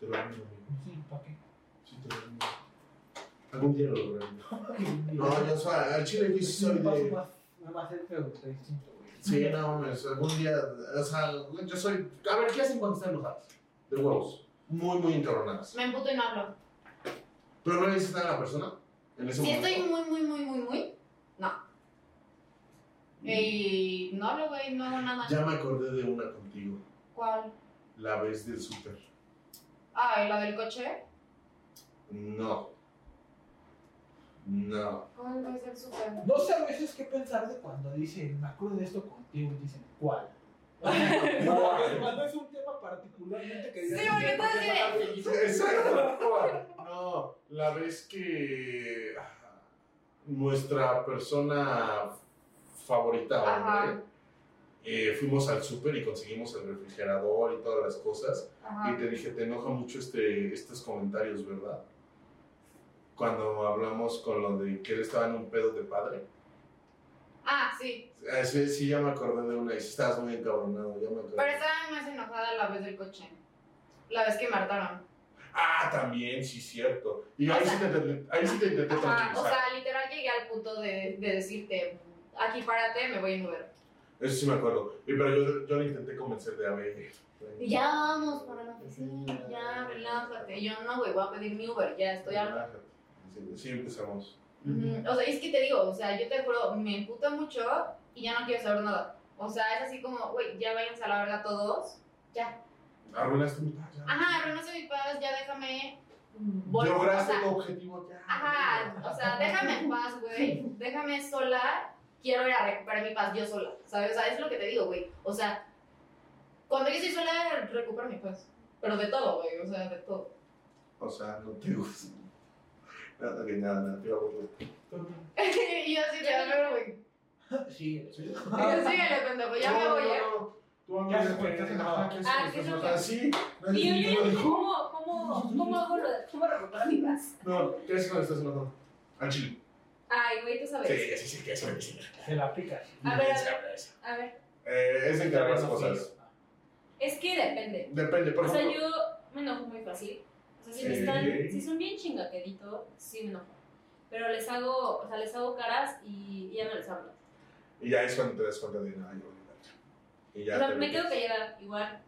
[SPEAKER 2] Te lo animo, amigo.
[SPEAKER 4] Sí, ¿para qué?
[SPEAKER 2] Sí, te lo animo. Algún día lo lograré. No, yo soy, al chile yo sí
[SPEAKER 4] Es un
[SPEAKER 2] soy
[SPEAKER 4] paso
[SPEAKER 2] de...
[SPEAKER 4] más, más cerca de lo que está distinto, güey.
[SPEAKER 2] Sí, no, mames, algún día, o sea, yo soy... A ver, ¿qué hacen cuando están enojados? De huevos. Muy, muy encabronadas.
[SPEAKER 3] Me emputo y no hablo.
[SPEAKER 2] Pero no le dices nada a la persona en ese
[SPEAKER 3] Si
[SPEAKER 2] momento.
[SPEAKER 3] estoy muy, muy, muy, muy, muy, no.
[SPEAKER 2] Mm.
[SPEAKER 3] Y no hablo, güey, no hago nada.
[SPEAKER 2] Ya me acordé de una contigo,
[SPEAKER 3] ¿Cuál?
[SPEAKER 2] la vez del súper.
[SPEAKER 3] Ah, ¿y la del coche?
[SPEAKER 2] No. No.
[SPEAKER 3] ¿Cómo no es el súper?
[SPEAKER 4] No sé a veces qué pensar de cuando dicen, me acuerdo de esto contigo, y dicen, ¿cuál? Cuando cuando es un tema particularmente que digas,
[SPEAKER 3] Sí, porque todo así de-
[SPEAKER 2] Exacto. No, la vez que ah, nuestra persona favorita,
[SPEAKER 3] Ajá.
[SPEAKER 2] hombre, eh, fuimos al súper y conseguimos el refrigerador y todas las cosas. Y
[SPEAKER 3] Ajá.
[SPEAKER 2] te dije, te enoja mucho este, estos comentarios, ¿verdad? Cuando hablamos con lo de que él estaba en un pedo de padre.
[SPEAKER 3] Ah, sí.
[SPEAKER 2] Ah, Sí, sí, ya me acordé de una. y sí Estabas muy encabronado, ya me acordé.
[SPEAKER 3] Pero estaba más enojada la vez del coche. La vez que me hartaron.
[SPEAKER 2] Ah, también, sí, cierto. Y
[SPEAKER 3] O
[SPEAKER 2] ahí,
[SPEAKER 3] sea-
[SPEAKER 2] sí te, te- ahí sí te intenté
[SPEAKER 3] Ajá. O
[SPEAKER 2] tranquilizar.
[SPEAKER 3] sea, literal llegué al punto de, de decirte, aquí párate, me voy en Uber.
[SPEAKER 2] Eso sí me acuerdo. Y, pero yo, yo le intenté convencer de a ver.
[SPEAKER 3] Y Ya vamos para la oficina, ya relájate. Y yo no, güey, voy a pedir mi Uber, ya estoy harta.
[SPEAKER 2] Relájate. Sí, sí, empezamos.
[SPEAKER 3] Ujú. O sea, es que te digo, o sea, yo te juro, me emputa mucho y ya no quiero saber nada. O sea, es así como, güey, ya váyanse a la verga todos.
[SPEAKER 2] Arruinaste mi paz. ya.
[SPEAKER 3] Ajá, renuncio mi paz, ya déjame. volver, o
[SPEAKER 2] Lograste
[SPEAKER 3] sea,
[SPEAKER 2] tu objetivo ya.
[SPEAKER 3] Ajá, o sea, déjame en paz, güey. Déjame sola. Quiero ir a recuperar mi paz yo sola, ¿sabes? O sea, es lo que te digo, güey. O sea, cuando yo estoy sola, recupero mi paz. Pero de todo, güey, o sea, de todo.
[SPEAKER 2] O sea, no te gusta. Nada, que nada, nada, te iba a burlar.
[SPEAKER 3] y yo así, de
[SPEAKER 1] Ya.
[SPEAKER 3] "Pero, güey.
[SPEAKER 4] Sí, sí.
[SPEAKER 3] Yo sí, le pendejo, ya me
[SPEAKER 2] No,
[SPEAKER 3] voy,
[SPEAKER 2] no,
[SPEAKER 3] ¿eh?
[SPEAKER 2] no. Tú
[SPEAKER 4] ¿Qué haces,
[SPEAKER 2] hablas
[SPEAKER 4] güey?
[SPEAKER 2] de-
[SPEAKER 4] ¿Qué haces?
[SPEAKER 2] Ajá,
[SPEAKER 1] Ah, ¿qué es lo
[SPEAKER 2] O sea,
[SPEAKER 1] que-
[SPEAKER 2] sí, no es
[SPEAKER 1] Y yo,
[SPEAKER 2] ningún-
[SPEAKER 1] yo dije, ¿cómo, cómo, cómo hago lo de, cómo recupero mi paz?
[SPEAKER 2] No, ¿qué haces cuando estás enojado? Al chile.
[SPEAKER 1] Ay, güey, tú sabes.
[SPEAKER 2] Sí, sí, sí, que eso es
[SPEAKER 4] Se la aplicas.
[SPEAKER 1] A ver, a ver, a ver.
[SPEAKER 2] Eh, es entre las cosas.
[SPEAKER 1] Es que depende.
[SPEAKER 2] Depende, por
[SPEAKER 1] O sea,
[SPEAKER 2] ejemplo.
[SPEAKER 1] yo me enojo muy fácil. O sea, si, me
[SPEAKER 2] Sí.
[SPEAKER 1] están, si son bien chingaquedito, sí me enojo. Pero les hago, o sea, les hago caras y, y ya no les hablo.
[SPEAKER 2] Y ya es cuando te das cuenta de nada, yo voy a dar". Y ya.
[SPEAKER 1] o sea,
[SPEAKER 2] te
[SPEAKER 1] me
[SPEAKER 2] metes.
[SPEAKER 1] quedo callada igual.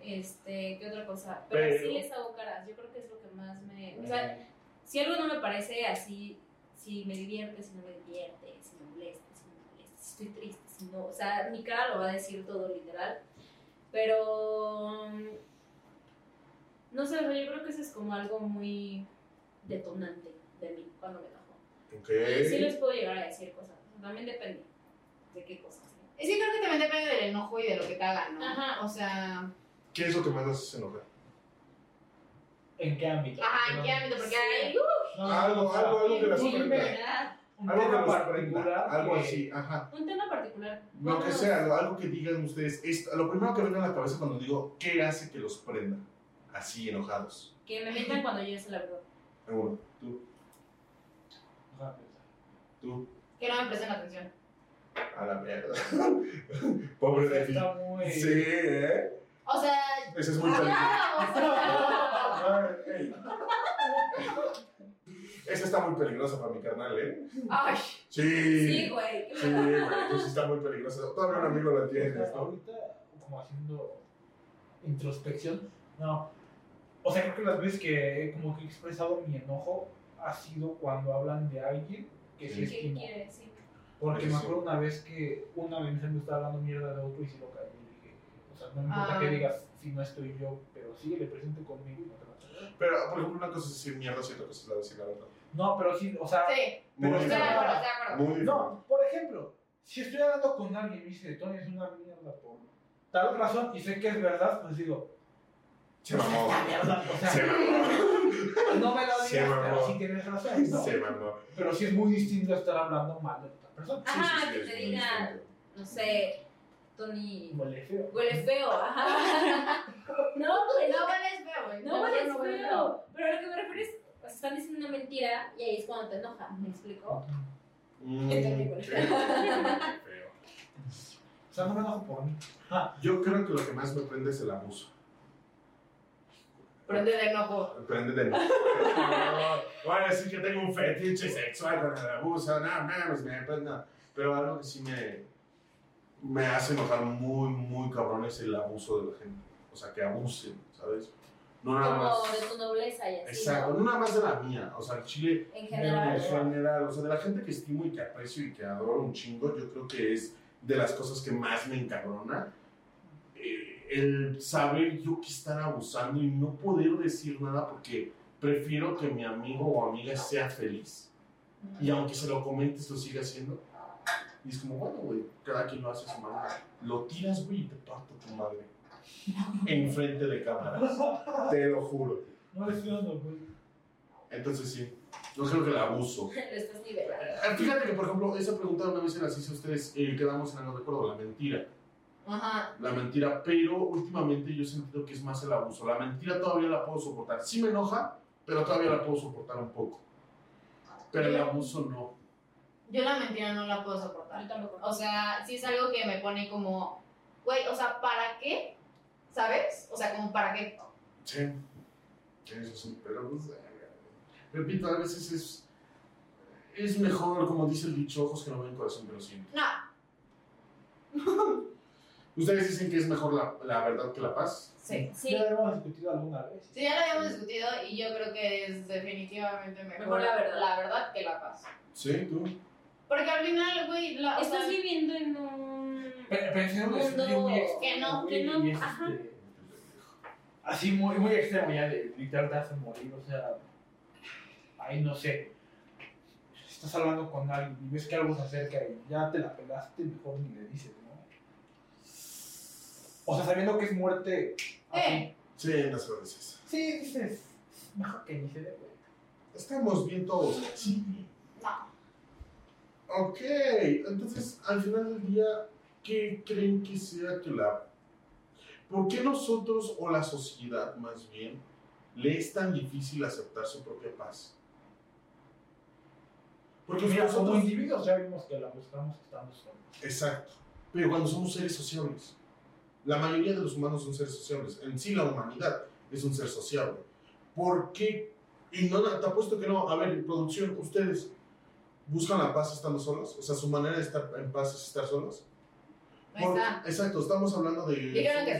[SPEAKER 1] Este, ¿qué otra cosa? Pero,
[SPEAKER 2] Pero-
[SPEAKER 1] sí les hago caras. Yo creo que es lo que más me. O sea, si algo no me parece así, si me divierte, si no me divierte, si me molesta, si no me molesta, si estoy triste, si no. O sea, mi cara lo va a decir todo literal. Pero. mm, No sé, o sea, yo creo que eso es como algo muy detonante de mí cuando me enojo.
[SPEAKER 2] Ok.
[SPEAKER 1] Sí les puedo llegar a decir cosas. También depende de qué cosas. ¿no?
[SPEAKER 3] Es que creo que también depende del enojo y de lo que te hagan, ¿no?
[SPEAKER 1] Ajá.
[SPEAKER 3] O sea,
[SPEAKER 2] ¿Qué es lo que más haces enojar?
[SPEAKER 4] ¿En qué ámbito?
[SPEAKER 3] ajá, ¿en qué ámbito? Porque hay... uh,
[SPEAKER 4] No,
[SPEAKER 2] Algo,
[SPEAKER 4] o sea,
[SPEAKER 2] algo, algo que las
[SPEAKER 4] un
[SPEAKER 2] prenda.
[SPEAKER 4] tema- un
[SPEAKER 2] Algo que
[SPEAKER 4] tema
[SPEAKER 2] nos prenda,
[SPEAKER 4] particular
[SPEAKER 2] Algo
[SPEAKER 4] que-
[SPEAKER 2] así, ajá.
[SPEAKER 1] Un tema particular.
[SPEAKER 2] Lo que
[SPEAKER 1] Bueno,
[SPEAKER 2] sea, lo- algo que digan ustedes. esto- lo primero que venga a la cabeza cuando digo, ¿qué hace que los prenda? Así, enojados.
[SPEAKER 1] Que me metan cuando yo se la verdad.
[SPEAKER 2] Seguro. Tú,
[SPEAKER 4] Ajá, pues,
[SPEAKER 2] tú,
[SPEAKER 3] que no me presten atención.
[SPEAKER 2] a la mierda. Pobre de ti.
[SPEAKER 4] Está muy.
[SPEAKER 2] Sí, ¿eh?
[SPEAKER 3] O sea,
[SPEAKER 2] Ese es muy feliz.
[SPEAKER 3] claro, o sea,
[SPEAKER 2] Esa está muy peligrosa para mi carnal, ¿eh?
[SPEAKER 3] Ay,
[SPEAKER 2] Sí.
[SPEAKER 1] Sí, güey.
[SPEAKER 2] Sí, güey, eso sí está muy peligroso. Todavía un amigo lo tiene, ¿no?
[SPEAKER 4] Ahorita, como haciendo introspección, no. O sea, creo que las veces que como que he expresado mi enojo ha sido cuando hablan de alguien que sí
[SPEAKER 2] Sí.
[SPEAKER 4] es
[SPEAKER 1] ¿Qué
[SPEAKER 4] quimo.
[SPEAKER 1] quiere decir?
[SPEAKER 4] Porque me
[SPEAKER 2] Sí.
[SPEAKER 4] acuerdo una vez que una vez me estaba hablando mierda de otro y sí lo caí. Y dije, o sea, no me importa
[SPEAKER 3] Ah.
[SPEAKER 4] que digas si no estoy yo, pero sí, le presente conmigo y no te vas a ver.
[SPEAKER 2] Pero, por ejemplo, una cosa es decir mierda, si otra cosa es la decir la verdad.
[SPEAKER 4] No, pero sí, o sea,
[SPEAKER 3] sí,
[SPEAKER 2] Muy
[SPEAKER 4] Pero
[SPEAKER 3] estoy de acuerdo,
[SPEAKER 2] diferente.
[SPEAKER 3] estoy de acuerdo.
[SPEAKER 2] Muy
[SPEAKER 4] No, por ejemplo, si estoy hablando con alguien y me dice, Tony es una mierda por tal razón y sé que es verdad, pues digo,
[SPEAKER 2] Se mamó.
[SPEAKER 4] mierda, o sea,
[SPEAKER 2] Se mamó.
[SPEAKER 4] no me lo
[SPEAKER 2] Se
[SPEAKER 4] digas, pero
[SPEAKER 2] mamó.
[SPEAKER 4] sí tienes razón. ¿no?
[SPEAKER 2] Se mamó.
[SPEAKER 4] Pero sí es muy distinto estar hablando mal de otra persona.
[SPEAKER 2] Sí, sí,
[SPEAKER 1] Ajá,
[SPEAKER 2] sí,
[SPEAKER 1] que
[SPEAKER 2] es
[SPEAKER 1] te
[SPEAKER 2] muy
[SPEAKER 1] digan,
[SPEAKER 2] distinto.
[SPEAKER 1] no sé, Tony
[SPEAKER 4] Huele feo.
[SPEAKER 1] huele feo, ajá. No, pues
[SPEAKER 3] No hueles feo.
[SPEAKER 1] no hueles
[SPEAKER 3] no hueles
[SPEAKER 1] feo. Pero a lo que me refiero es, o sea, están diciendo una mentira y ahí es cuando te enoja, ¿me explico?
[SPEAKER 2] Mm,
[SPEAKER 1] Está bien,
[SPEAKER 2] qué feo.
[SPEAKER 4] O sea, no me enojo por mí.
[SPEAKER 2] Yo creo que lo que más me prende es el abuso.
[SPEAKER 3] Prende de enojo.
[SPEAKER 2] Me prende de no. Voy a decir que tengo un fetiche sexual con el abuso. No, mames, me prende. no. Pero algo que sí me, me hace enojar muy, muy cabrón es el abuso de la gente. O sea, que abusen, ¿sabes? No nada
[SPEAKER 1] Como
[SPEAKER 2] más.
[SPEAKER 1] de tu nobleza y así.
[SPEAKER 2] Ah, Exacto, no nada más de la mía. O sea, el chile.
[SPEAKER 1] ¿no? En
[SPEAKER 2] En
[SPEAKER 1] general.
[SPEAKER 2] general, o sea, de la gente que estimo y que aprecio y que adoro un chingo, yo creo que es de las cosas que más me encabrona. eh, el saber yo que están abusando y no poder decir nada porque prefiero que mi amigo o amiga sea feliz. Y aunque se lo comentes, lo siga haciendo. Y es como, bueno, güey, cada quien lo hace a su manera. Lo tiras, güey, y te parto tu madre. Enfrente de cámaras. Te lo juro.
[SPEAKER 4] No estoy dando güey.
[SPEAKER 2] Entonces sí, yo creo que el abuso.
[SPEAKER 1] Lo estás nivelando.
[SPEAKER 2] Eh, Fíjate que, por ejemplo, esa pregunta una vez se las hice a ustedes, eh, quedamos en, no recuerdo, la mentira.
[SPEAKER 3] Ajá.
[SPEAKER 2] La mentira, pero últimamente yo he sentido que es más el abuso. La mentira todavía la puedo soportar. Sí me enoja, pero todavía la puedo soportar un poco. Pero el abuso no.
[SPEAKER 3] Yo la mentira no la puedo soportar.
[SPEAKER 1] Yo tampoco.
[SPEAKER 3] O sea, sí es algo que me pone como, güey, o sea, ¿para qué? ¿Sabes? O sea, como para qué.
[SPEAKER 2] Sí. Eso sí, pero pues, eh, repito, a veces es. Es mejor, como dice el dicho, ojos que no ven corazón que lo sienten.
[SPEAKER 3] No,
[SPEAKER 2] Ustedes dicen que es mejor la, la verdad que la paz.
[SPEAKER 3] sí.
[SPEAKER 1] Sí,
[SPEAKER 4] Ya lo hemos discutido alguna vez.
[SPEAKER 3] Sí, ya lo habíamos discutido y yo creo que es definitivamente mejor,
[SPEAKER 1] Mejor la verdad.
[SPEAKER 3] que la paz.
[SPEAKER 2] Sí, tú.
[SPEAKER 3] Porque al final, güey, la, o sea,
[SPEAKER 1] estás viviendo en un...
[SPEAKER 4] Pero, pero es un
[SPEAKER 1] Mundo
[SPEAKER 4] estudio muy
[SPEAKER 1] que
[SPEAKER 4] extremo,
[SPEAKER 1] no,
[SPEAKER 4] güey,
[SPEAKER 1] que no,
[SPEAKER 4] y es,
[SPEAKER 1] ajá.
[SPEAKER 4] este, así muy, muy extremo ya, de literal te hacen morir, o sea, ahí no sé. Estás hablando con alguien y ves que algo se acerca y ya te la pelaste, mejor ni le dices, ¿no? O sea, sabiendo que es muerte, así,
[SPEAKER 3] Eh.
[SPEAKER 2] Sí, unas veces.
[SPEAKER 4] sí, dices, mejor que ni se dé cuenta.
[SPEAKER 2] Estamos bien todos. Sí.
[SPEAKER 3] No.
[SPEAKER 2] Ok, entonces al final del día, ¿qué creen que sea que la... ¿Por qué nosotros o la sociedad más bien le es tan difícil aceptar su propia paz? Porque
[SPEAKER 4] Mira, como
[SPEAKER 2] nosotros...
[SPEAKER 4] individuos ya vimos que la buscamos estando solos.
[SPEAKER 2] Exacto, pero cuando somos seres sociables, la mayoría de los humanos son seres sociables, en sí la humanidad es un ser sociable. ¿Por qué? Y no, te apuesto que no, a ver, producción, ustedes buscan la paz estando solos, o sea, su manera de estar en paz es estar solos.
[SPEAKER 3] Ahí
[SPEAKER 2] Porque-
[SPEAKER 3] está.
[SPEAKER 2] Exacto, estamos hablando de...
[SPEAKER 3] Dijeron que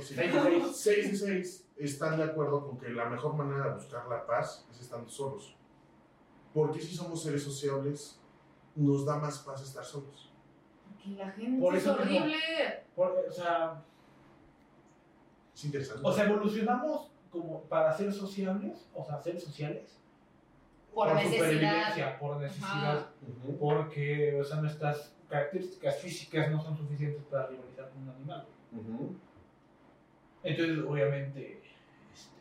[SPEAKER 3] sí.
[SPEAKER 2] Dijeron que sí.
[SPEAKER 4] Seis de seis.
[SPEAKER 2] 6 de 6 están de acuerdo con que la mejor manera de buscar la paz es estando solos. Porque si somos seres sociables, nos da más paz estar solos.
[SPEAKER 3] Que la gente
[SPEAKER 4] Por
[SPEAKER 3] es
[SPEAKER 4] eso mismo.
[SPEAKER 3] horrible.
[SPEAKER 4] Por- eh, o sea,
[SPEAKER 2] Es interesante.
[SPEAKER 4] o sea, evolucionamos como para ser sociables, o sea, ser sociales,
[SPEAKER 3] Por necesidad.
[SPEAKER 4] supervivencia, por necesidad,
[SPEAKER 2] Ujú.
[SPEAKER 4] porque o sea, nuestras características físicas no son suficientes para rivalizar con un animal.
[SPEAKER 2] Ujú.
[SPEAKER 4] Entonces, obviamente, este,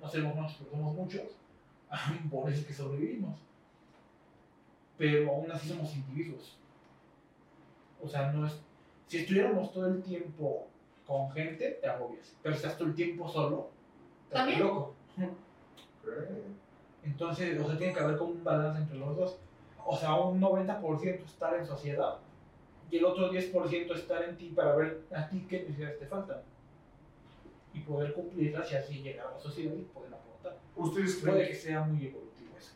[SPEAKER 4] no seremos más, pero somos muchos, por eso es que sobrevivimos. Pero aún así somos individuos. O sea, no es. Si estuviéramos todo el tiempo con gente, te agobias. Pero si estás todo el tiempo solo, te vuelves
[SPEAKER 3] También.
[SPEAKER 4] loco.
[SPEAKER 2] Ok.
[SPEAKER 4] Entonces, o sea, tiene que haber como un balance entre los dos. O sea, un 90% estar en sociedad y el otro 10% estar en ti para ver a ti qué necesidades te faltan. Y poder cumplirlas y así llegar a la sociedad y poder aportar.
[SPEAKER 2] ¿Ustedes
[SPEAKER 4] Puede
[SPEAKER 2] creen
[SPEAKER 4] que sea muy evolutivo eso.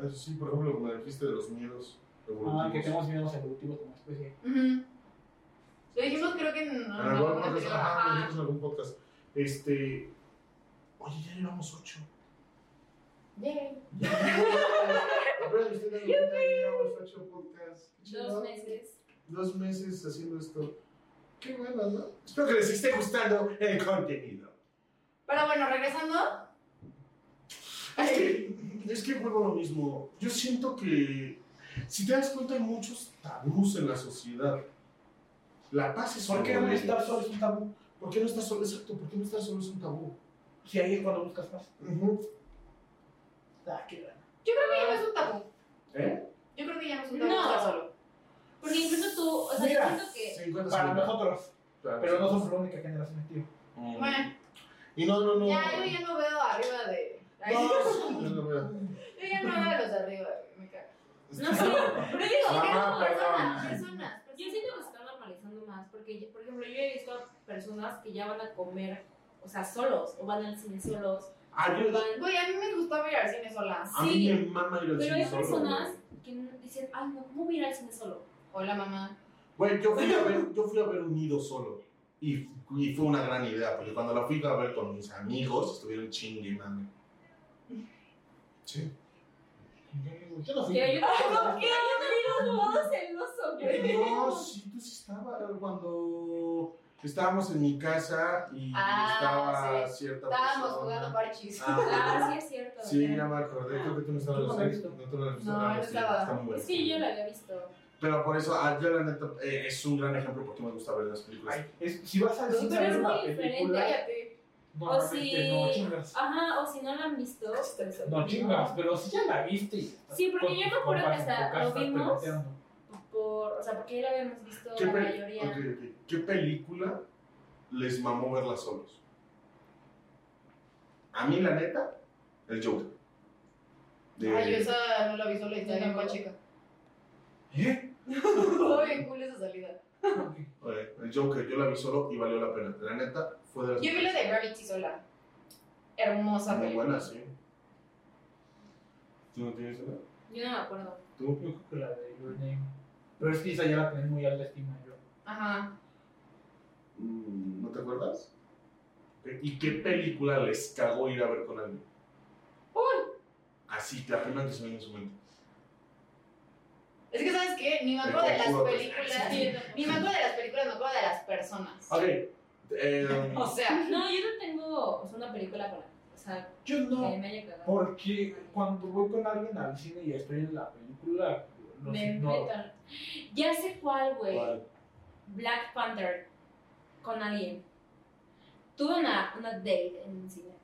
[SPEAKER 2] que... Sí, por ejemplo, como dijiste de los miedos evolutivos.
[SPEAKER 4] Ah, que tenemos miedos evolutivos como especie.
[SPEAKER 3] Ujú. Lo dijimos creo que en
[SPEAKER 2] En algún
[SPEAKER 3] alguna
[SPEAKER 2] podcast,
[SPEAKER 4] pues,
[SPEAKER 3] anterior,
[SPEAKER 2] ajá, lo
[SPEAKER 3] ajá.
[SPEAKER 2] dijimos en algún podcast. Este... Oye, ya llevamos ocho.
[SPEAKER 3] Yay.
[SPEAKER 2] Apenas me estoy dando cuenta, ya llevamos ocho podcasts. Qué
[SPEAKER 1] Dos
[SPEAKER 2] chingón.
[SPEAKER 1] meses.
[SPEAKER 2] Dos meses haciendo esto. Qué bueno, ¿no? Espero que les esté gustando el contenido.
[SPEAKER 3] Pero bueno, regresando.
[SPEAKER 2] Es que, es que vuelvo a lo mismo. Yo siento que, si te das cuenta, hay muchos tabús en la sociedad. La paz es
[SPEAKER 4] ¿Por qué
[SPEAKER 2] uno
[SPEAKER 4] no
[SPEAKER 2] de
[SPEAKER 4] estar
[SPEAKER 2] ellos.
[SPEAKER 4] solo es un tabú?
[SPEAKER 2] ¿Por qué no estás solo? Exacto, ¿por qué no estás solo? Es un tabú.
[SPEAKER 4] Si ahí es cuando buscas paz.
[SPEAKER 2] Ujú.
[SPEAKER 4] Ah, qué raro.
[SPEAKER 3] Yo creo que ya no es un tabú.
[SPEAKER 2] ¿Eh?
[SPEAKER 3] Yo creo que ya no es un tabú
[SPEAKER 1] No.
[SPEAKER 3] estar solo.
[SPEAKER 1] Porque incluso tú, o sea,
[SPEAKER 4] Mira.
[SPEAKER 1] yo siento que.
[SPEAKER 2] 50
[SPEAKER 4] Para
[SPEAKER 2] segundos.
[SPEAKER 4] nosotros,
[SPEAKER 2] Claro.
[SPEAKER 4] pero no somos la única generación activa.
[SPEAKER 2] Mm.
[SPEAKER 3] Bueno.
[SPEAKER 2] Y no, no, no.
[SPEAKER 3] Ya, yo ya no veo arriba de. Ay,
[SPEAKER 2] No, no, no, no.
[SPEAKER 3] Yo ya no veo a los de arriba, me cago.
[SPEAKER 1] No sé, pero digo,
[SPEAKER 2] Ah,
[SPEAKER 1] no,
[SPEAKER 2] perdón.
[SPEAKER 1] personas,
[SPEAKER 3] Personas.
[SPEAKER 1] Yo siento que se está normalizando más, porque, yo- por ejemplo, yo he visto a personas que ya van a comer, o sea, solos, o van al cine solos,
[SPEAKER 2] Ah,
[SPEAKER 1] o
[SPEAKER 2] yo-
[SPEAKER 1] van...
[SPEAKER 3] Güey, a mí me gustaba ir al cine sola.
[SPEAKER 2] a mí
[SPEAKER 1] Sí.
[SPEAKER 2] me mama ir al
[SPEAKER 1] Pero
[SPEAKER 2] cine
[SPEAKER 1] hay
[SPEAKER 2] solo,
[SPEAKER 1] personas
[SPEAKER 2] güey.
[SPEAKER 1] que n- dicen, ay, no, ¿cómo voy a ir al cine solo?
[SPEAKER 3] Hola, mamá.
[SPEAKER 2] Güey, yo fui a ver, yo fui a ver un nido solo. Y, y fue una gran idea, porque cuando la fui a ver con mis amigos, estuvieron chingue, mami. Sí.
[SPEAKER 4] Yo
[SPEAKER 1] Que
[SPEAKER 4] no fui.
[SPEAKER 1] yo yo no quiero tener un modo celoso, güey.
[SPEAKER 2] No, sí, pues estaba cuando estábamos en mi casa y
[SPEAKER 3] Ah,
[SPEAKER 2] estaba cierta
[SPEAKER 3] Estábamos
[SPEAKER 2] persona.
[SPEAKER 3] jugando parchis.
[SPEAKER 1] Ah,
[SPEAKER 2] Ah,
[SPEAKER 1] sí, es cierto.
[SPEAKER 2] sí,
[SPEAKER 1] ya.
[SPEAKER 2] ya me acordé, creo que tú no estabas.
[SPEAKER 4] Yo no la he visto.
[SPEAKER 2] No, tú no la has visto,
[SPEAKER 3] No,
[SPEAKER 2] ah,
[SPEAKER 3] no
[SPEAKER 2] sí,
[SPEAKER 3] estaba.
[SPEAKER 2] está muy bueno.
[SPEAKER 1] Es que yo lo había visto.
[SPEAKER 2] Pero por eso, ah, yo la neta, eh, es un gran ejemplo porque me gusta ver las películas.
[SPEAKER 4] Ay, es- si vas al
[SPEAKER 1] Pero
[SPEAKER 4] cine a
[SPEAKER 1] es
[SPEAKER 4] ver una
[SPEAKER 1] muy diferente.
[SPEAKER 4] película,
[SPEAKER 3] Cállate.
[SPEAKER 4] normalmente
[SPEAKER 1] O
[SPEAKER 4] no
[SPEAKER 1] si-
[SPEAKER 4] chingas.
[SPEAKER 1] Ajá, o si no la han visto. pues,
[SPEAKER 4] No chingas, pero si ya la viste.
[SPEAKER 1] Sí, porque yo me acuerdo que hasta lo vimos.
[SPEAKER 4] Pero
[SPEAKER 1] Por, o sea, porque ya la habíamos visto
[SPEAKER 2] ¿Qué,
[SPEAKER 1] la
[SPEAKER 2] pe-
[SPEAKER 1] mayoría.
[SPEAKER 2] ok, ok. ¿Qué película les mamó verla solos? A mí, la neta, el Joker. De-
[SPEAKER 3] Ay, yo esa no la vi sola y estaba bien
[SPEAKER 1] Yo
[SPEAKER 3] pacheca.
[SPEAKER 2] ¿Eh?
[SPEAKER 3] Ay, cool esa salida.
[SPEAKER 2] Oye, eh, El Joker, yo la vi solo y valió la pena. La neta, fue de las
[SPEAKER 3] Yo vi la de
[SPEAKER 2] mejores.
[SPEAKER 3] Gravity sola. Hermosa
[SPEAKER 2] Muy
[SPEAKER 3] película.
[SPEAKER 2] buena, sí. ¿Tú no tienes una?
[SPEAKER 1] Yo no me acuerdo.
[SPEAKER 2] ¿Tú?
[SPEAKER 4] Yo creo que la de Your Name. Pero es que esa ya la tenés muy alta estima yo.
[SPEAKER 3] Ajá.
[SPEAKER 2] Mm, ¿No te acuerdas? ¿Y qué película les cagó ir a ver con alguien?
[SPEAKER 3] Uy.
[SPEAKER 2] Así, la primera que se viene en su mente.
[SPEAKER 3] Es que, ¿sabes qué? Ni me
[SPEAKER 2] El
[SPEAKER 3] acuerdo de las
[SPEAKER 2] conjuro.
[SPEAKER 3] películas. Ni me acuerdo de las películas, me acuerdo de las personas.
[SPEAKER 2] Ok. eh,
[SPEAKER 3] O sea,
[SPEAKER 1] No, yo no tengo o sea, una película con O sea,
[SPEAKER 4] Yo
[SPEAKER 1] que
[SPEAKER 4] no,
[SPEAKER 1] me haya cagado.
[SPEAKER 4] porque cuando voy con alguien al cine y estoy en la película, los
[SPEAKER 1] Me
[SPEAKER 4] ignoro.
[SPEAKER 1] metan. Ya sé cuál, güey.
[SPEAKER 2] ¿cuál?
[SPEAKER 1] Black Panther con alguien. Tuve una, una date en el cine.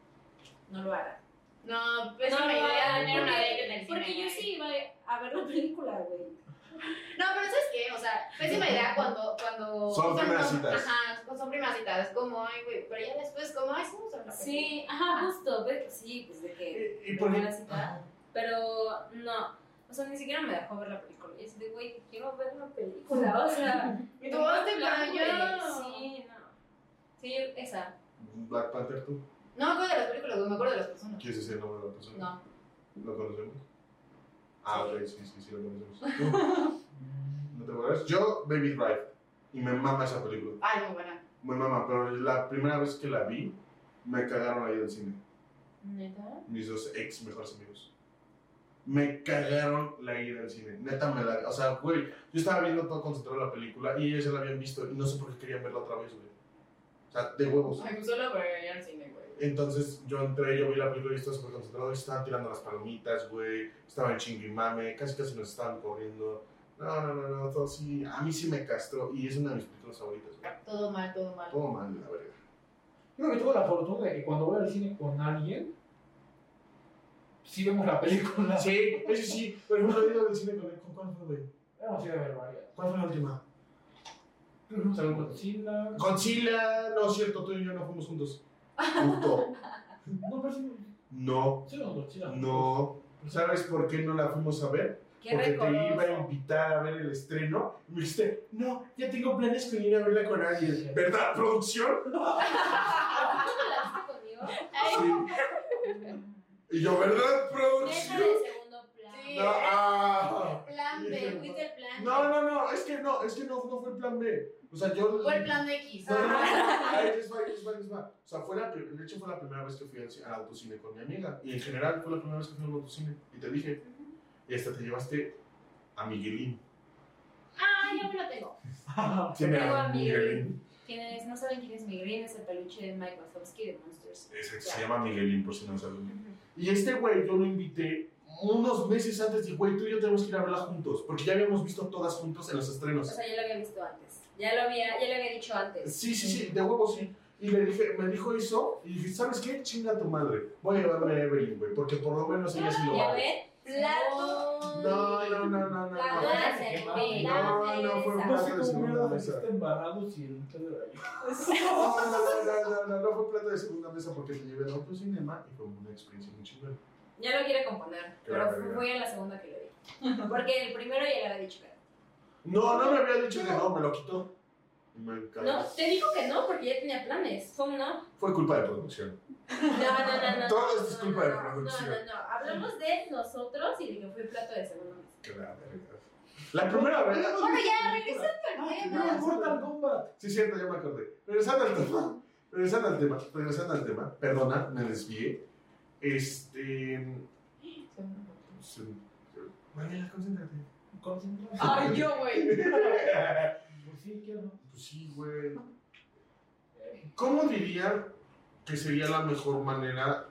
[SPEAKER 1] No lo hagan.
[SPEAKER 3] no, pues
[SPEAKER 1] no
[SPEAKER 3] no
[SPEAKER 1] lo
[SPEAKER 3] me idea
[SPEAKER 1] hagan,
[SPEAKER 3] tener una
[SPEAKER 1] porque-
[SPEAKER 3] date en el cine.
[SPEAKER 1] Porque yo sí iba a ver la película, güey.
[SPEAKER 3] No, pero ¿sabes qué? O sea, pésima idea cuando... cuando
[SPEAKER 2] Son primeras
[SPEAKER 3] como-
[SPEAKER 2] citas.
[SPEAKER 3] Ajá, son primeras citas. Como, ay, güey, pero ya después, como, ay, sí, vamos a ver la película.
[SPEAKER 1] Sí, ajá, justo. ve- Sí, pues de que.
[SPEAKER 2] Y, y por
[SPEAKER 1] primera
[SPEAKER 2] ejemplo,
[SPEAKER 1] cita. Pero no. O sea, ni siquiera me dejó ver la película. Y es de, güey, quiero ver una película. O sea.
[SPEAKER 3] Y tú, vas de
[SPEAKER 1] plan,
[SPEAKER 3] plan,
[SPEAKER 1] güey.
[SPEAKER 3] yo...
[SPEAKER 1] Sí, no. Sí, esa.
[SPEAKER 2] Black Panther, ¿tú
[SPEAKER 3] No me acuerdo de las películas, güey, me acuerdo de las personas.
[SPEAKER 2] quieres decir el nombre de la persona?
[SPEAKER 3] No.
[SPEAKER 2] ¿Lo conocemos? Ah, ok, sí, sí, sí, lo conocemos. ¿Tú? ¿No te acuerdas? Yo, Baby Drive. Y me mama esa película.
[SPEAKER 3] Ay, muy buena.
[SPEAKER 2] Me mama, pero la primera vez que la vi, me cagaron ahí del cine.
[SPEAKER 1] ¿Neta?
[SPEAKER 2] Mis dos ex mejores amigos. Me cagaron la ida al cine. Neta me la. O sea, güey, yo estaba viendo todo concentrado en la película y ellos ya la habían visto y no sé por qué querían verla otra vez, güey. O sea, de huevos.
[SPEAKER 3] Ay, pues solo para ir al cine, güey.
[SPEAKER 2] Entonces yo entré, yo vi la película y estaba súper concentrado. ellos Estaban tirando las palomitas, güey. Estaban chingo y mame. Casi casi nos estaban corriendo. No, no, no, no. Todo sí. A mí sí me castró. Y es una de mis películas favoritas, güey.
[SPEAKER 3] Todo mal, todo mal.
[SPEAKER 2] Todo mal, la verga.
[SPEAKER 4] Yo creo que tengo la fortuna de que cuando voy al cine con alguien, sí vemos la película.
[SPEAKER 2] Sí, sí, sí. Por ejemplo, he ido al cine con él. ¿Con cuál fue, güey?
[SPEAKER 4] Hemos ido a ver varias.
[SPEAKER 2] ¿Cuál fue la última?
[SPEAKER 4] Fuimos a ver Godzilla.
[SPEAKER 2] Godzilla. No, es cierto. Tú y yo no fuimos juntos. Puto.
[SPEAKER 4] No, pero sí,
[SPEAKER 2] No,
[SPEAKER 4] sí vemos Godzilla.
[SPEAKER 2] no. ¿Sabes por qué no la fuimos a ver?
[SPEAKER 1] Qué
[SPEAKER 2] Porque te iba a
[SPEAKER 1] recordoso.
[SPEAKER 2] invitar a ver el estreno y me dijiste, no, ya tengo planes con ir a verla con
[SPEAKER 4] Sí.
[SPEAKER 2] alguien. ¿Verdad, producción?
[SPEAKER 1] ¿Tú la viste conmigo?
[SPEAKER 2] Y yo, ¿verdad,
[SPEAKER 1] Deja
[SPEAKER 2] producción?
[SPEAKER 1] de segundo plano.
[SPEAKER 3] Sí.
[SPEAKER 2] No, ah.
[SPEAKER 5] Plan B, fuiste el plan B.
[SPEAKER 2] no, no, no, es que no, es que no, no fue el plan B. O sea, yo...
[SPEAKER 3] Fue el plan X.
[SPEAKER 2] No, no, no, ahí les va, ahí les va, ahí les va. O sea, fue la, pri- de hecho fue la primera vez que fui al, ci- al autocine con mi amiga. Y en general fue la primera vez que fui al autocine. Y te dije, y hasta te llevaste a Miguelín.
[SPEAKER 1] Ah, yo me lo tengo.
[SPEAKER 2] Sí, me
[SPEAKER 1] Tengo a
[SPEAKER 2] llama
[SPEAKER 1] Miguelín. Quienes no saben quién es mi green es el peluche de Mike Wazowski de Monsters.
[SPEAKER 2] Ese se llama Miguelín, por si no saben. Y este güey yo lo invité unos meses antes y güey, tú y yo tenemos que ir a verla juntos, porque ya habíamos visto todas juntos en los
[SPEAKER 1] O
[SPEAKER 2] estrenos.
[SPEAKER 1] sea, yo lo había visto antes. Ya lo había, ya lo había dicho antes.
[SPEAKER 2] Sí, sí, sí, de huevo sí. Y le dije, me dijo eso, y dije, ¿sabes qué? Chinga tu madre. Voy a llevarme a Evelyn, güey, porque por lo menos ella sí lo
[SPEAKER 1] Ya
[SPEAKER 2] vale.
[SPEAKER 1] ven,
[SPEAKER 5] Plato.
[SPEAKER 2] No, no, no, no, no.
[SPEAKER 1] la
[SPEAKER 2] no.
[SPEAKER 1] dona se
[SPEAKER 4] No,
[SPEAKER 1] ve, la
[SPEAKER 2] no, no, fue
[SPEAKER 1] mesa.
[SPEAKER 4] No sé
[SPEAKER 2] de
[SPEAKER 4] cómo
[SPEAKER 2] segunda
[SPEAKER 4] mierda
[SPEAKER 2] mesa.
[SPEAKER 4] está embarrado si el nunca de la
[SPEAKER 2] No, no, no, no, no, no fue plata de segunda mesa porque te llevé al autocinema y fue una experiencia muy chingona.
[SPEAKER 1] Ya lo quiere componer, pero
[SPEAKER 2] Claro,
[SPEAKER 1] fue
[SPEAKER 2] ya.
[SPEAKER 1] fui a la segunda que le di. Porque el primero ya le había dicho que no.
[SPEAKER 2] No, no me había dicho que no, me lo quitó. Me
[SPEAKER 1] No,
[SPEAKER 2] encanta.
[SPEAKER 1] te dijo que no porque ya tenía planes. Fue un no.
[SPEAKER 2] Fue culpa de producción.
[SPEAKER 1] No, no, no, no.
[SPEAKER 2] Todo esto es
[SPEAKER 1] no,
[SPEAKER 2] culpa
[SPEAKER 1] no,
[SPEAKER 2] de
[SPEAKER 1] no,
[SPEAKER 2] producción.
[SPEAKER 1] No, no, no. Hablamos de nosotros y de que fue plato de segundo mes.
[SPEAKER 2] Que la verga. La primera vez.
[SPEAKER 5] Bueno, ya, regresa
[SPEAKER 4] Ay,
[SPEAKER 5] al
[SPEAKER 4] no,
[SPEAKER 5] tema.
[SPEAKER 4] Ah, Mortal Kombat.
[SPEAKER 2] Sí, cierto, ya me acordé. Regresando al tema, regresando al tema, regresando al tema, perdona, me desvié. Este. sí, Mariela, concéntrate.
[SPEAKER 4] Concentrado.
[SPEAKER 3] Ay, yo, güey.
[SPEAKER 4] Pues sí, quiero.
[SPEAKER 2] Pues sí, güey. ¿Cómo diría que sería la mejor manera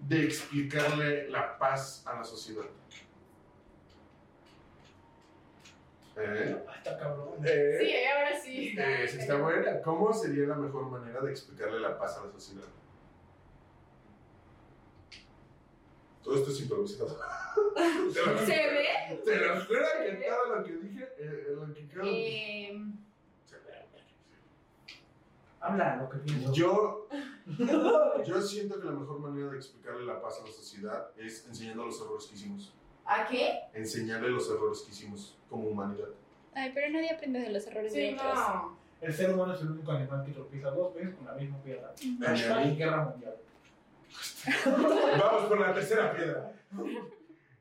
[SPEAKER 2] de explicarle la paz a la sociedad? ¿Eh?
[SPEAKER 4] Ah, Está cabrón.
[SPEAKER 2] ¿Eh?
[SPEAKER 3] Sí, eh, ahora sí.
[SPEAKER 2] Eh, sí está buena. ¿Cómo sería la mejor manera de explicarle la paz a la sociedad? Todo esto es improvisado. te, lo,
[SPEAKER 3] ¿Se ve?
[SPEAKER 2] te lo juro que todo lo que dije, eh, lo que cada-
[SPEAKER 3] Eh,
[SPEAKER 4] Habla lo que pienso.
[SPEAKER 2] Yo, yo siento que la mejor manera de explicarle la paz a la sociedad es enseñando los errores que hicimos.
[SPEAKER 3] ¿A qué?
[SPEAKER 2] Enseñarle los errores que hicimos como humanidad.
[SPEAKER 5] Ay, pero nadie aprende de los errores
[SPEAKER 3] Sí, no.
[SPEAKER 4] El ser humano es el único animal que tropieza dos veces con la misma piedra.
[SPEAKER 2] Ay,
[SPEAKER 4] Hashtag guerra mundial.
[SPEAKER 2] Vamos por la tercera piedra.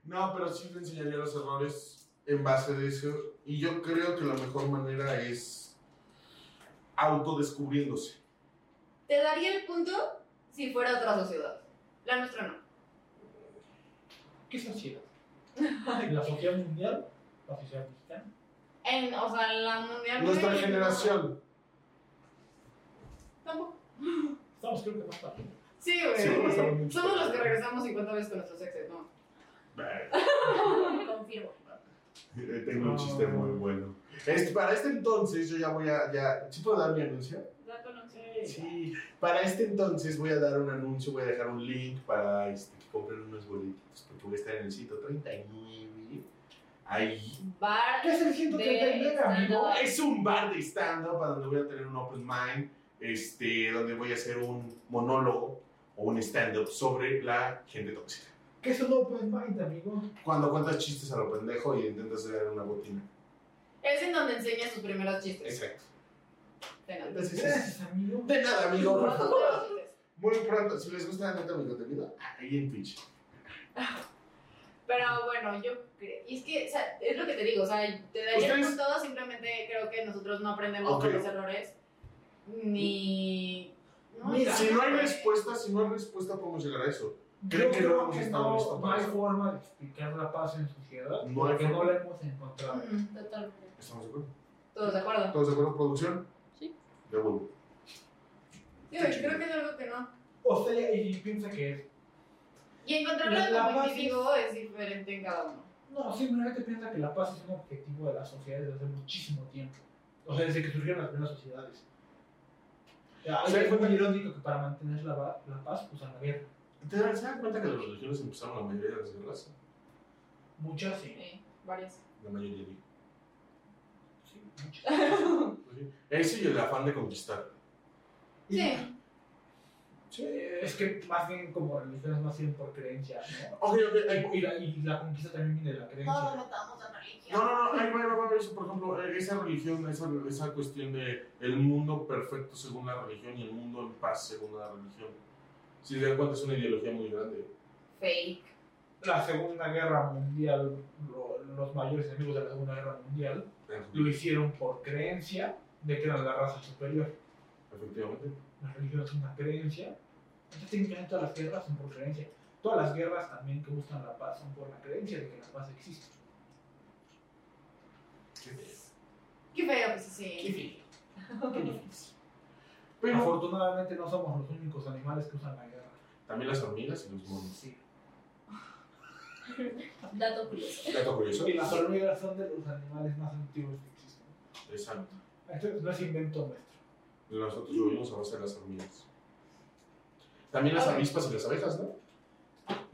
[SPEAKER 2] No, pero sí te enseñaría los errores en base de eso. Y yo creo que la mejor manera es autodescubriéndose.
[SPEAKER 3] Te daría el punto si fuera otra sociedad. La nuestra no.
[SPEAKER 4] ¿Qué sociedad? ¿La sociedad mundial? ¿La sociedad mexicana?
[SPEAKER 3] En, o sea, la mundial.
[SPEAKER 2] Nuestra
[SPEAKER 3] güey,
[SPEAKER 2] generación.
[SPEAKER 3] no. Tampoco.
[SPEAKER 4] Estamos creo que más tarde.
[SPEAKER 3] Sí, güey.
[SPEAKER 2] Sí, güey, estamos muy
[SPEAKER 3] Somos los que
[SPEAKER 2] chiquitos.
[SPEAKER 3] regresamos 50 veces con nuestros exes, ¿no?
[SPEAKER 1] Confirmo.
[SPEAKER 2] Eh, Tengo un chiste muy bueno. Este, para este entonces yo ya voy a... Ya, ¿Sí puedo dar mi anuncio?
[SPEAKER 1] Da conocer.
[SPEAKER 2] Sí. Para este entonces voy a dar un anuncio, voy a dejar un link para este, que compren unos boletitos porque voy a estar en el 139. Ahí
[SPEAKER 3] Bar.
[SPEAKER 4] ¿Qué es el
[SPEAKER 3] de
[SPEAKER 4] 139, amigo?
[SPEAKER 3] stand-up.
[SPEAKER 2] Es un bar de stand-up a donde voy a tener un open mind, este, donde voy a hacer un monólogo o un stand-up sobre la gente tóxica.
[SPEAKER 4] ¿Qué es un open mind, amigo?
[SPEAKER 2] Cuando cuentas chistes a lo pendejo y intentas hacer una botina.
[SPEAKER 3] Es en donde enseña sus primeros chistes.
[SPEAKER 2] Exacto.
[SPEAKER 3] Tengan. Sus
[SPEAKER 2] Entonces, es-
[SPEAKER 4] Gracias, amigo.
[SPEAKER 2] de nada, amigo, por favor.
[SPEAKER 3] primeros chistes.
[SPEAKER 2] Muy pronto, si les gusta neta mi contenido, ahí en Twitch.
[SPEAKER 3] Pero bueno, yo creo. Y es que, o sea, es lo que te digo, o sea, te daría el
[SPEAKER 2] Ustedes-
[SPEAKER 3] punto, simplemente creo que nosotros no aprendemos
[SPEAKER 2] Ok.
[SPEAKER 3] con los errores. Ni.
[SPEAKER 4] Ni-
[SPEAKER 3] ya.
[SPEAKER 2] Si no hay respuesta, si no hay respuesta, podemos llegar a eso. Creo
[SPEAKER 4] Yo
[SPEAKER 2] que no hemos estado listos
[SPEAKER 4] no,
[SPEAKER 2] para
[SPEAKER 4] no hay
[SPEAKER 2] eso.
[SPEAKER 4] forma de explicar la paz en sociedad
[SPEAKER 2] No hay
[SPEAKER 4] porque no
[SPEAKER 2] forma.
[SPEAKER 4] la hemos encontrado.
[SPEAKER 3] Mm,
[SPEAKER 1] Totalmente.
[SPEAKER 2] ¿Estamos de acuerdo?
[SPEAKER 3] ¿Todos de acuerdo?
[SPEAKER 2] ¿Todos de acuerdo, producción?
[SPEAKER 5] Sí.
[SPEAKER 2] De huevo.
[SPEAKER 3] Yo creo que es algo que no.
[SPEAKER 4] O sea, y piensa que es.
[SPEAKER 3] Y encontrarlo
[SPEAKER 4] La- la
[SPEAKER 3] como
[SPEAKER 4] paz
[SPEAKER 3] individuo es diferente en cada uno.
[SPEAKER 4] No, simplemente piensa que la paz es un objetivo de las sociedades desde hace muchísimo tiempo. O sea, desde que surgieron las primeras sociedades. Ya,
[SPEAKER 2] ¿Se dan
[SPEAKER 4] es muy
[SPEAKER 2] cuenta?
[SPEAKER 4] irónico que para mantener la, va- la paz pues, usan la guerra.
[SPEAKER 2] ¿Te dan- ¿Se dan cuenta que las religiones empezaron la mayoría de las guerras?
[SPEAKER 4] Muchas sí.
[SPEAKER 3] Sí, varias.
[SPEAKER 2] La mayoría de
[SPEAKER 4] sí muchas.
[SPEAKER 2] Sí. Eso y el afán de conquistar.
[SPEAKER 3] Sí.
[SPEAKER 4] Sí, es que más bien como religiones más bien por creencias, ¿no?
[SPEAKER 2] Ok, ok. ahí-
[SPEAKER 4] Y la, y la conquista también viene de la
[SPEAKER 3] Todos
[SPEAKER 4] creencia.
[SPEAKER 3] estamos en religión.
[SPEAKER 2] No, no, no, ahí va, ahí va, ahí va, eso, por ejemplo, eh, esa religión, esa, esa cuestión de el mundo perfecto según la religión y el mundo en paz según la religión. Si te das cuenta, es una ideología muy grande.
[SPEAKER 3] Fake.
[SPEAKER 4] La Segunda Guerra Mundial, lo- los mayores enemigos de la Segunda Guerra Mundial, lo hicieron por creencia de que eran la raza superior.
[SPEAKER 2] Efectivamente.
[SPEAKER 4] La religión es una creencia. Entonces técnicamente todas las guerras son por creencia. Todas las guerras también que buscan la paz son por la creencia de que la paz existe.
[SPEAKER 3] Qué feo que sí, sí.
[SPEAKER 2] Qué difícil. Pero
[SPEAKER 4] Afortunadamente no somos los únicos animales que usan la guerra.
[SPEAKER 2] también las hormigas y los monos.
[SPEAKER 4] Sí.
[SPEAKER 1] Dato curioso.
[SPEAKER 2] Dato curioso.
[SPEAKER 4] Y las hormigas son de los animales más antiguos que existen.
[SPEAKER 2] Exacto.
[SPEAKER 4] Entonces no es invento nuestro.
[SPEAKER 2] Nosotros lo vimos a base de las hormigas. También las avispas y las abejas, ¿no?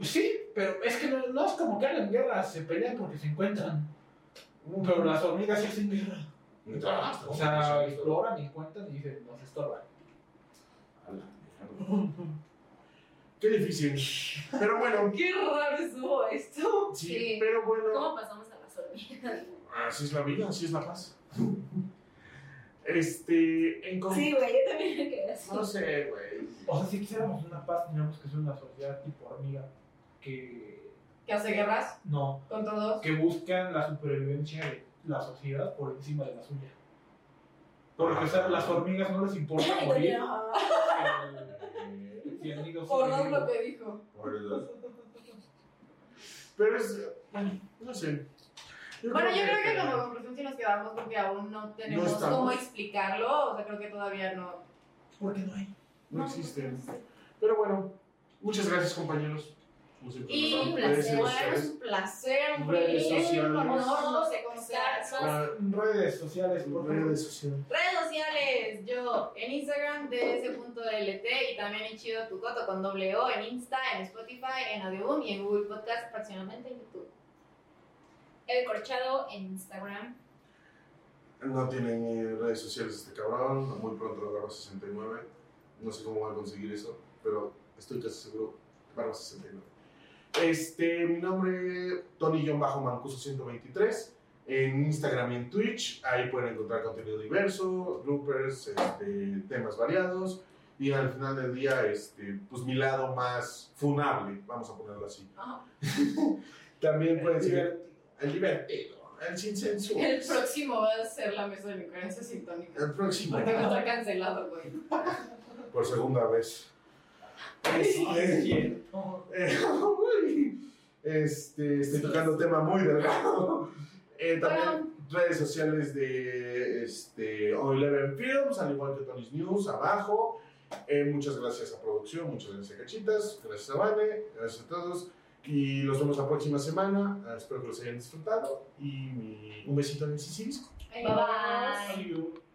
[SPEAKER 4] Sí, pero es que no, no es como que hagan guerra, se pelean porque se encuentran. Pero las hormigas sí hacen guerra.
[SPEAKER 2] Ah,
[SPEAKER 4] O sea,
[SPEAKER 2] sí,
[SPEAKER 4] exploran y encuentran y dicen, nos estorban.
[SPEAKER 2] a la mierda. Qué difícil. Pero bueno,
[SPEAKER 3] Qué raro estuvo esto.
[SPEAKER 2] sí,
[SPEAKER 1] Sí.
[SPEAKER 2] pero bueno.
[SPEAKER 1] ¿Cómo pasamos a las hormigas?
[SPEAKER 2] Así es la vida, así es la paz. Este, en con-
[SPEAKER 1] güey, yo también me quedé así.
[SPEAKER 2] No sé, güey.
[SPEAKER 4] O sea, si quisiéramos una paz, tendríamos que ser una sociedad tipo hormiga. Que
[SPEAKER 3] Que hace guerras
[SPEAKER 4] no,
[SPEAKER 3] con todos.
[SPEAKER 4] que buscan la supervivencia de la sociedad por encima de la suya. Porque o sea, las hormigas no les importa morir.
[SPEAKER 2] Eh,
[SPEAKER 4] Si el nido
[SPEAKER 3] Por dos
[SPEAKER 4] sobrevive.
[SPEAKER 3] lo que dijo.
[SPEAKER 2] ahorita. Pero es, bueno, no sé.
[SPEAKER 3] Bueno, yo creo que como conclusión sí nos quedamos porque aún no
[SPEAKER 2] No
[SPEAKER 3] tenemos
[SPEAKER 2] estamos.
[SPEAKER 3] cómo explicarlo. O sea, creo que todavía no.
[SPEAKER 4] Porque no hay.
[SPEAKER 2] No existe. Pero bueno, muchas gracias, compañeros. Como siempre,
[SPEAKER 3] Y
[SPEAKER 2] nos
[SPEAKER 3] un
[SPEAKER 2] dan
[SPEAKER 3] placer.
[SPEAKER 2] redes
[SPEAKER 3] Bueno, es
[SPEAKER 2] sociales.
[SPEAKER 3] un placer, un
[SPEAKER 2] Redes
[SPEAKER 3] privilegio, un
[SPEAKER 2] sociales.
[SPEAKER 3] honor, no sé cómo sea.
[SPEAKER 2] Ah,
[SPEAKER 4] Redes sociales, por favor.
[SPEAKER 2] redes sociales.
[SPEAKER 3] Redes sociales, yo en Instagram ds.lt y también en Chido Tu Coto con doble O, en Insta, en Spotify, en Audioboom y en Google Podcast, próximamente en YouTube.
[SPEAKER 1] El corchado en Instagram.
[SPEAKER 2] No tiene ni redes sociales este cabrón, muy pronto lo agarra 69. No sé cómo va a conseguir eso, pero estoy casi seguro que agarra 69. Este, mi nombre Tony-Mancuso123. En Instagram y en Twitch, ahí pueden encontrar contenido diverso, bloopers, este, temas variados. Y al final del día, este, pues mi lado más funable, vamos a ponerlo así.
[SPEAKER 3] Ajá.
[SPEAKER 2] También pueden seguir
[SPEAKER 4] Divertido.
[SPEAKER 2] el divertido, el sin censura.
[SPEAKER 3] El próximo va a ser la mesa de incoherencia sintónica.
[SPEAKER 2] El próximo.
[SPEAKER 3] Porque va a estar cancelado, güey.
[SPEAKER 2] Por segunda vez. Este, eh, uy, este, estoy tocando tema muy delgado. Eh, también redes sociales de este, Eleven Films, al igual que Tony's News, abajo. Eh, muchas gracias a producción, muchas gracias a Cachitas, gracias a Vane, gracias a todos. Y los vemos la próxima semana. Ah, Espero que los hayan disfrutado. Y mi- un besito en el sisirisco.
[SPEAKER 3] Bye bye.
[SPEAKER 4] Adiós.